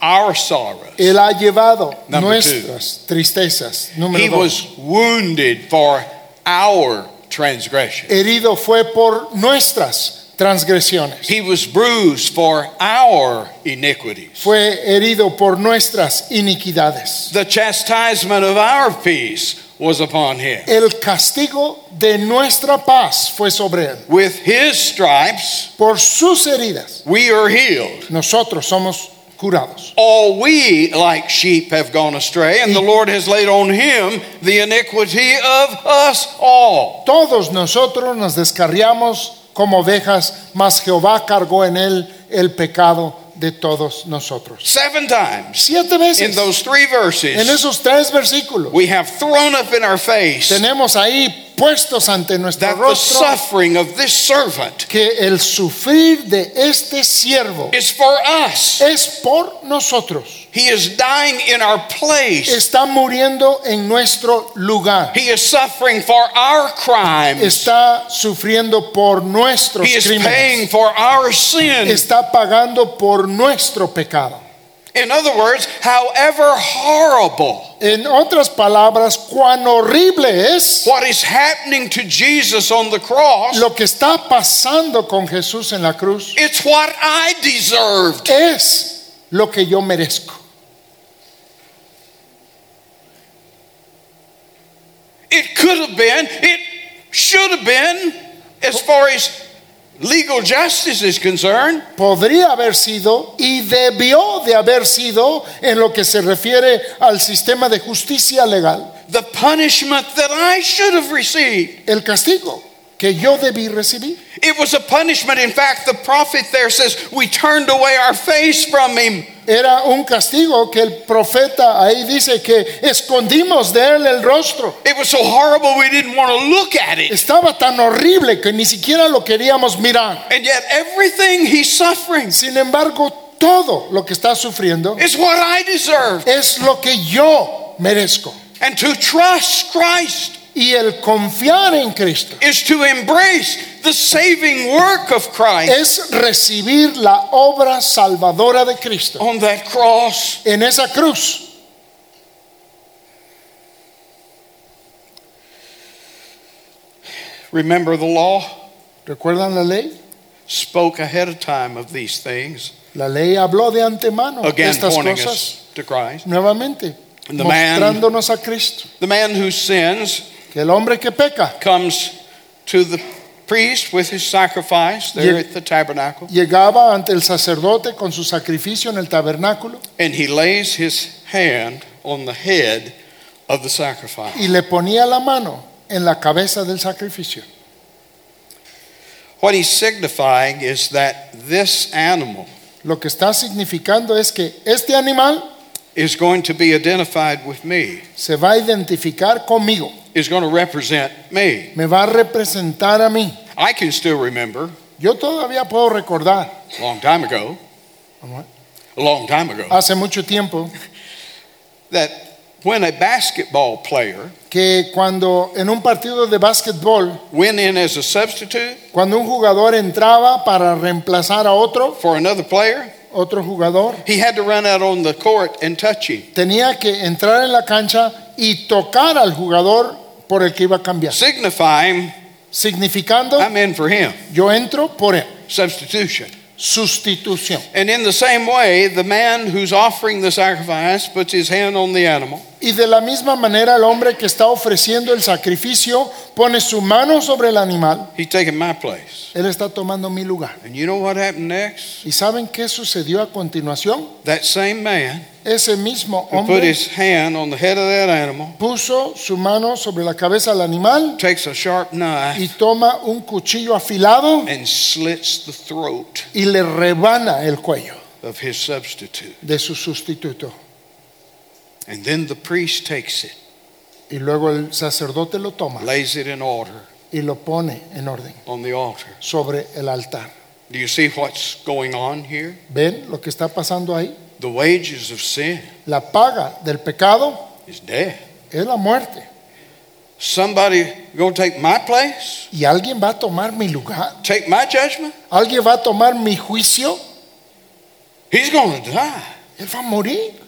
A: our sorrows.
B: Él ha llevado
A: Number two.
B: nuestras tristezas.
A: He
B: Número dos,
A: was wounded for our transgression.
B: herido fue por nuestras transgresiones.
A: He was bruised for our iniquities.
B: Fue herido por nuestras iniquidades.
A: The chastisement of our peace was upon him.
B: El castigo de nuestra paz fue sobre Él.
A: With his stripes
B: Por sus heridas,
A: we are healed.
B: nosotros somos curados.
A: All we like sheep have gone astray, and the Lord has laid on him the iniquity of us all.
B: Todos nosotros nos descarriamos como ovejas, mas Jehová cargó en Él el pecado de todos nosotros.
A: Seven times
B: Siete
A: in
B: veces
A: those three
B: en
A: verses,
B: esos tres versículos
A: we have thrown up in our face
B: tenemos ahí puestos ante nuestro
A: that the
B: rostro
A: suffering of this servant
B: que el sufrir de este siervo
A: is for us.
B: es por nosotros.
A: He is dying in our place.
B: Está muriendo en nuestro lugar.
A: He is suffering for our crimes.
B: Está sufriendo por nuestros
A: He is paying
B: crímenes.
A: for our sins.
B: Está pagando por nuestro pecado.
A: In other words, however horrible
B: En otras palabras, cuán horrible es
A: what is happening to Jesus on the cross,
B: lo que está pasando con Jesús en la cruz.
A: it's what I deserved.
B: Es lo que yo merezco.
A: It could have been, it should have been, as far as legal justice is concerned,
B: podría haber sido y debió de haber sido en lo que se refiere al sistema de justicia legal,
A: the punishment that I should have received.
B: el castigo que yo debí recibir.
A: It was a punishment. In fact, the prophet there says, We turned away our face from him.
B: Era un castigo que el profeta ahí dice que escondimos de él el rostro.
A: It was so horrible we didn't want to look at it.
B: Estaba tan horrible que ni siquiera lo queríamos mirar.
A: And yet, everything he suffers
B: Sin embargo, todo lo que está sufriendo
A: is what I deserve.
B: es lo que yo merezco.
A: And to trust Christ
B: Y el confiar en Cristo
A: is to embrace the saving work of Christ
B: es recibir la obra salvadora de Cristo.
A: on that cross.
B: en esa cruz.
A: Remember, the law
B: ¿Recuerdan la ley?
A: spoke ahead of time of these things,
B: La ley habló de antemano de
A: again
B: estas
A: pointing
B: cosas
A: us to Christ.
B: nuevamente,
A: And the man,
B: mostrándonos a Cristo.
A: the man who sins
B: Que el hombre que peca
A: comes to the priest with his sacrifice there
B: Yeah.
A: at the tabernacle,
B: llegaba ante el sacerdote con su sacrificio en el tabernáculo
A: and he lays his hand on the head of the sacrifice.
B: y le ponía la mano en la cabeza del sacrificio.
A: What he's signifying is that this animal
B: Lo que está significando es que este animal
A: is going to be identified with me,
B: se va a identificar conmigo,
A: is going to represent me.
B: me va a representar a mí.
A: I can still remember
B: Yo todavía puedo recordar,
A: a long time ago,
B: What?
A: a long time ago,
B: hace mucho tiempo,
A: that when a basketball player
B: que cuando en un partido de básquetbol
A: went in as a substitute
B: Cuando un jugador entraba para reemplazar a otro,
A: for another player,
B: otro jugador,
A: he had to run out on the court and touch him.
B: tenía que entrar en la cancha y tocar al jugador por el que iba a cambiar,
A: signifying
B: significando
A: I'm in for him.
B: yo entro por él.
A: Substitution.
B: Sustitución.
A: And in the same way, the man who's offering the sacrifice puts his hand on the animal.
B: Y de la misma manera el hombre que está ofreciendo el sacrificio pone su mano sobre el animal.
A: He's taking my place.
B: Él está tomando mi lugar.
A: And you know what happened next?
B: ¿Y saben qué sucedió a continuación?
A: That same man
B: Ese mismo
A: who put
B: hombre
A: his hand on the head of that animal
B: puso su mano sobre la cabeza del animal
A: takes a sharp knife
B: y toma un cuchillo afilado
A: and slits the throat
B: y le rebana el cuello
A: of his substitute.
B: de su sustituto.
A: And then the priest takes it,
B: Y luego el sacerdote lo toma
A: lays it in order
B: y lo pone en orden
A: on the altar.
B: sobre el altar.
A: Do you see what's going on here?
B: ¿Ven lo que está pasando ahí?
A: The wages of sin
B: La paga del pecado
A: is death.
B: es la muerte.
A: Somebody gonna take my place?
B: Y alguien va a tomar mi lugar.
A: Take my judgment?
B: Alguien va a tomar mi juicio.
A: He's gonna die.
B: Él va a morir.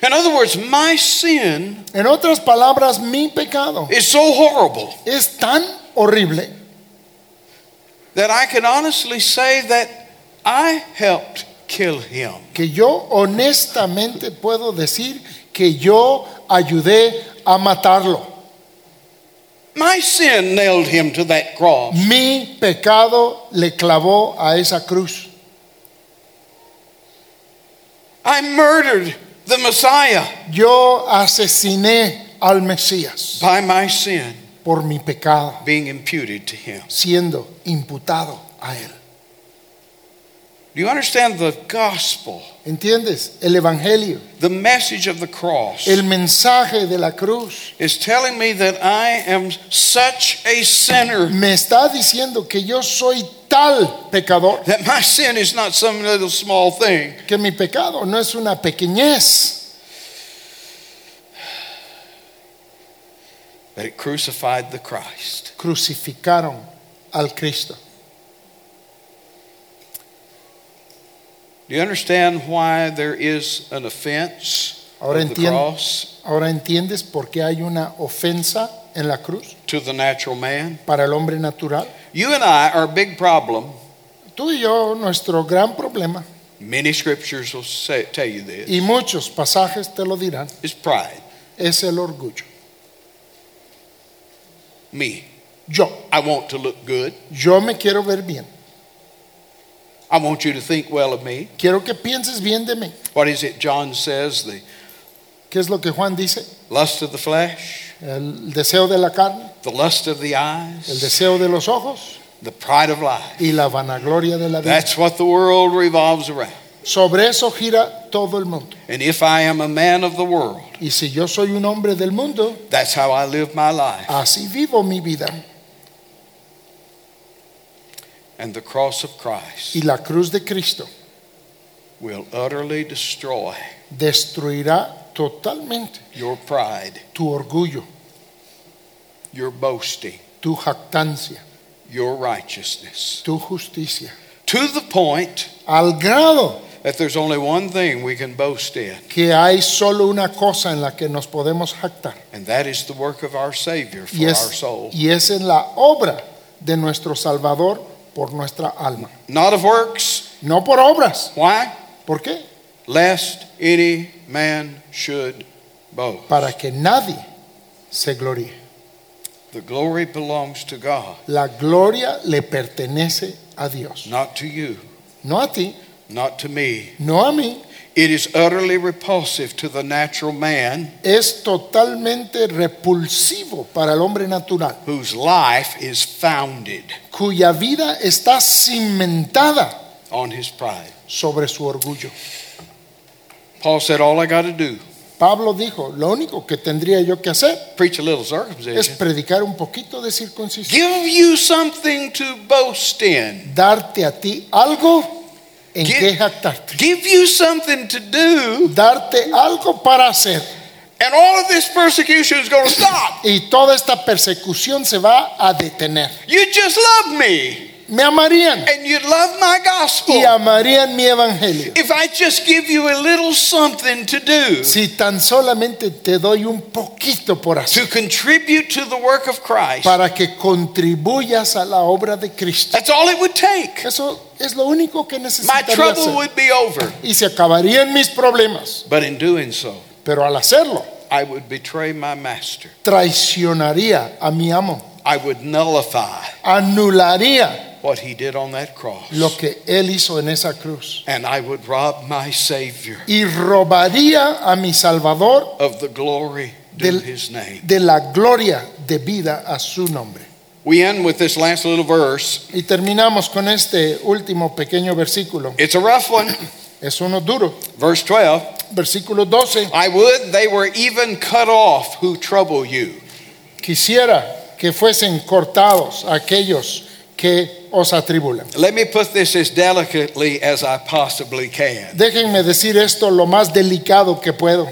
A: In other words, my sin
B: En otras palabras, mi pecado
A: is so horrible
B: es tan horrible
A: that I can honestly say that I helped kill him.
B: que yo honestamente puedo decir que yo ayudé a matarlo.
A: My sin nailed him to that cross.
B: Mi pecado le clavó a esa cruz.
A: I murdered the Messiah
B: Yo asesiné al Mesías
A: by my sin
B: por mi pecado,
A: being imputed to him.
B: siendo imputado a él.
A: Do you understand the gospel,
B: ¿Entiendes? El Evangelio,
A: the message of the cross?
B: el mensaje de la cruz.
A: is telling me that I am such a sinner
B: me está diciendo que yo soy tal pecador
A: that my sin is not some little small thing.
B: que mi pecado no es una pequeñez,
A: That it crucified the Christ.
B: crucificaron al Cristo.
A: Do you understand why there is an offense
B: Ahora
A: of the
B: entiendo,
A: cross
B: ahora entiendes por qué hay una ofensa en la cruz
A: to the natural man?
B: para el hombre natural.
A: You and I, our big problem,
B: Tú y yo, nuestro gran problema,
A: many scriptures will say, tell you this,
B: y muchos pasajes te lo dirán,
A: is pride.
B: es el orgullo.
A: Me.
B: Yo,
A: I want to look good.
B: yo me quiero ver bien,
A: I want you to think well of me.
B: quiero que pienses bien de mí.
A: What is it John says? The
B: ¿Qué es lo que Juan dice?
A: lust of the flesh,
B: El deseo de la carne,
A: the lust of the
B: el
A: eyes,
B: deseo de los ojos
A: the pride of life.
B: y la vanagloria de la vida.
A: That's what the world revolves around.
B: Sobre eso gira todo el mundo.
A: And if I am a man of the world,
B: Y si yo soy un hombre del mundo,
A: that's how I live my life.
B: así vivo mi vida.
A: And the cross of Christ
B: Y la cruz de Cristo
A: will utterly destroy
B: destruirá totalmente
A: your pride,
B: tu orgullo,
A: your boasting,
B: tu jactancia,
A: your righteousness.
B: tu justicia.
A: To the point
B: Al grado
A: that there's only one thing we can boast in,
B: que hay solo una cosa en la que nos podemos jactar.
A: and that is the work of our Savior for
B: Y
A: our
B: es,
A: soul.
B: y es en la obra de nuestro Salvador por nuestra alma.
A: Not of works.
B: No por obras.
A: Why?
B: ¿Por qué?
A: Lest any man should boast.
B: Para que nadie se gloríe.
A: The glory belongs to God,
B: La gloria le pertenece a Dios.
A: not to you,
B: No a ti,
A: not to me.
B: No a mí.
A: It is utterly repulsive to the natural man
B: Es totalmente repulsivo para el hombre natural,
A: whose life is founded
B: cuya vida está cimentada
A: on his pride.
B: sobre su orgullo.
A: Paul said, All I got to do,
B: Pablo dijo, lo único que tendría yo que hacer
A: preach a little
B: es
A: circumcision,
B: predicar un poquito de circuncisión,
A: give you something to boast in,
B: darte a ti algo en
A: Give-
B: que jactarte,
A: give you something to do,
B: darte algo para hacer.
A: and all of this persecution is going to stop.
B: Y toda esta persecución se va a detener.
A: You just love me.
B: me amarían
A: and you'd love my gospel.
B: y amarían mi evangelio.
A: If I just give you a little something to do
B: Si tan solamente te doy un poquito por hacer
A: to contribute to the work of Christ,
B: para que contribuyas a la obra de Cristo.
A: that's all it would take.
B: Eso es lo único que
A: My
B: necesitaría
A: trouble
B: hacer.
A: would be over.
B: Y se acabarían mis problemas.
A: But in doing so,
B: Pero al hacerlo,
A: I would betray my master.
B: traicionaría a mi amo.
A: I would nullify
B: Anularía
A: what he did on that cross.
B: lo que él hizo en esa cruz.
A: And I would rob my Savior
B: Y robaría a mi Salvador
A: of the glory due
B: Del-
A: his name.
B: de la gloria debida a su nombre.
A: We end with this last little verse.
B: Y terminamos con este último pequeño versículo.
A: It's a rough one. <clears throat>
B: Es uno duro.
A: Verse 12
B: Versículo 12.
A: I would they were even cut off who trouble you.
B: Quisiera que fuesen cortados aquellos que os atribulan.
A: Let me put this as delicately as I possibly can.
B: Déjenme decir esto lo más delicado que puedo.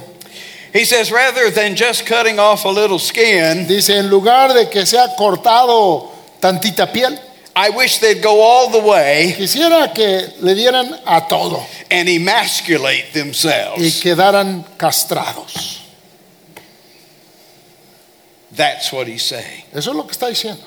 A: He says, rather than just cutting off a little skin,
B: Dice, en lugar de que sea cortado tantita piel,
A: I wish they'd go all the way
B: quisiera que le dieran a todo
A: and emasculate
B: y
A: themselves.
B: quedaran castrados.
A: That's what he's saying.
B: Eso es lo que está diciendo.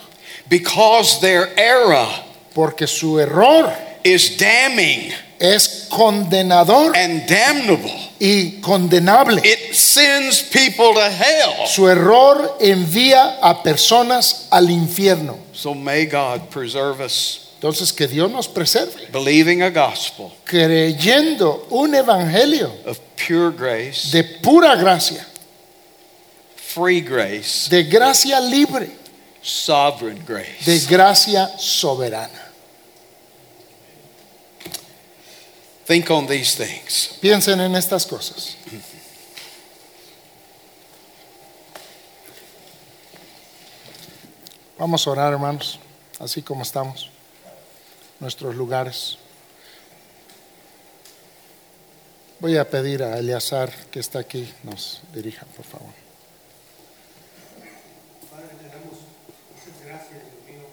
A: Because their error
B: Porque su error
A: is damning
B: es condenador
A: and damnable.
B: y condenable.
A: It sends people to hell.
B: Su error envía a personas al infierno.
A: So may God preserve us
B: Entonces que Dios nos preserve
A: believing a gospel
B: creyendo un evangelio
A: of pure grace,
B: de pura gracia,
A: free grace,
B: de gracia libre,
A: sovereign
B: de
A: grace.
B: gracia soberana.
A: Think on these things.
B: Piensen en estas cosas. Vamos a orar, hermanos, así como estamos, nuestros lugares. Voy a pedir a Eleazar, que está aquí, nos dirija, por favor.
C: Padre, te damos muchas gracias, Dios mío,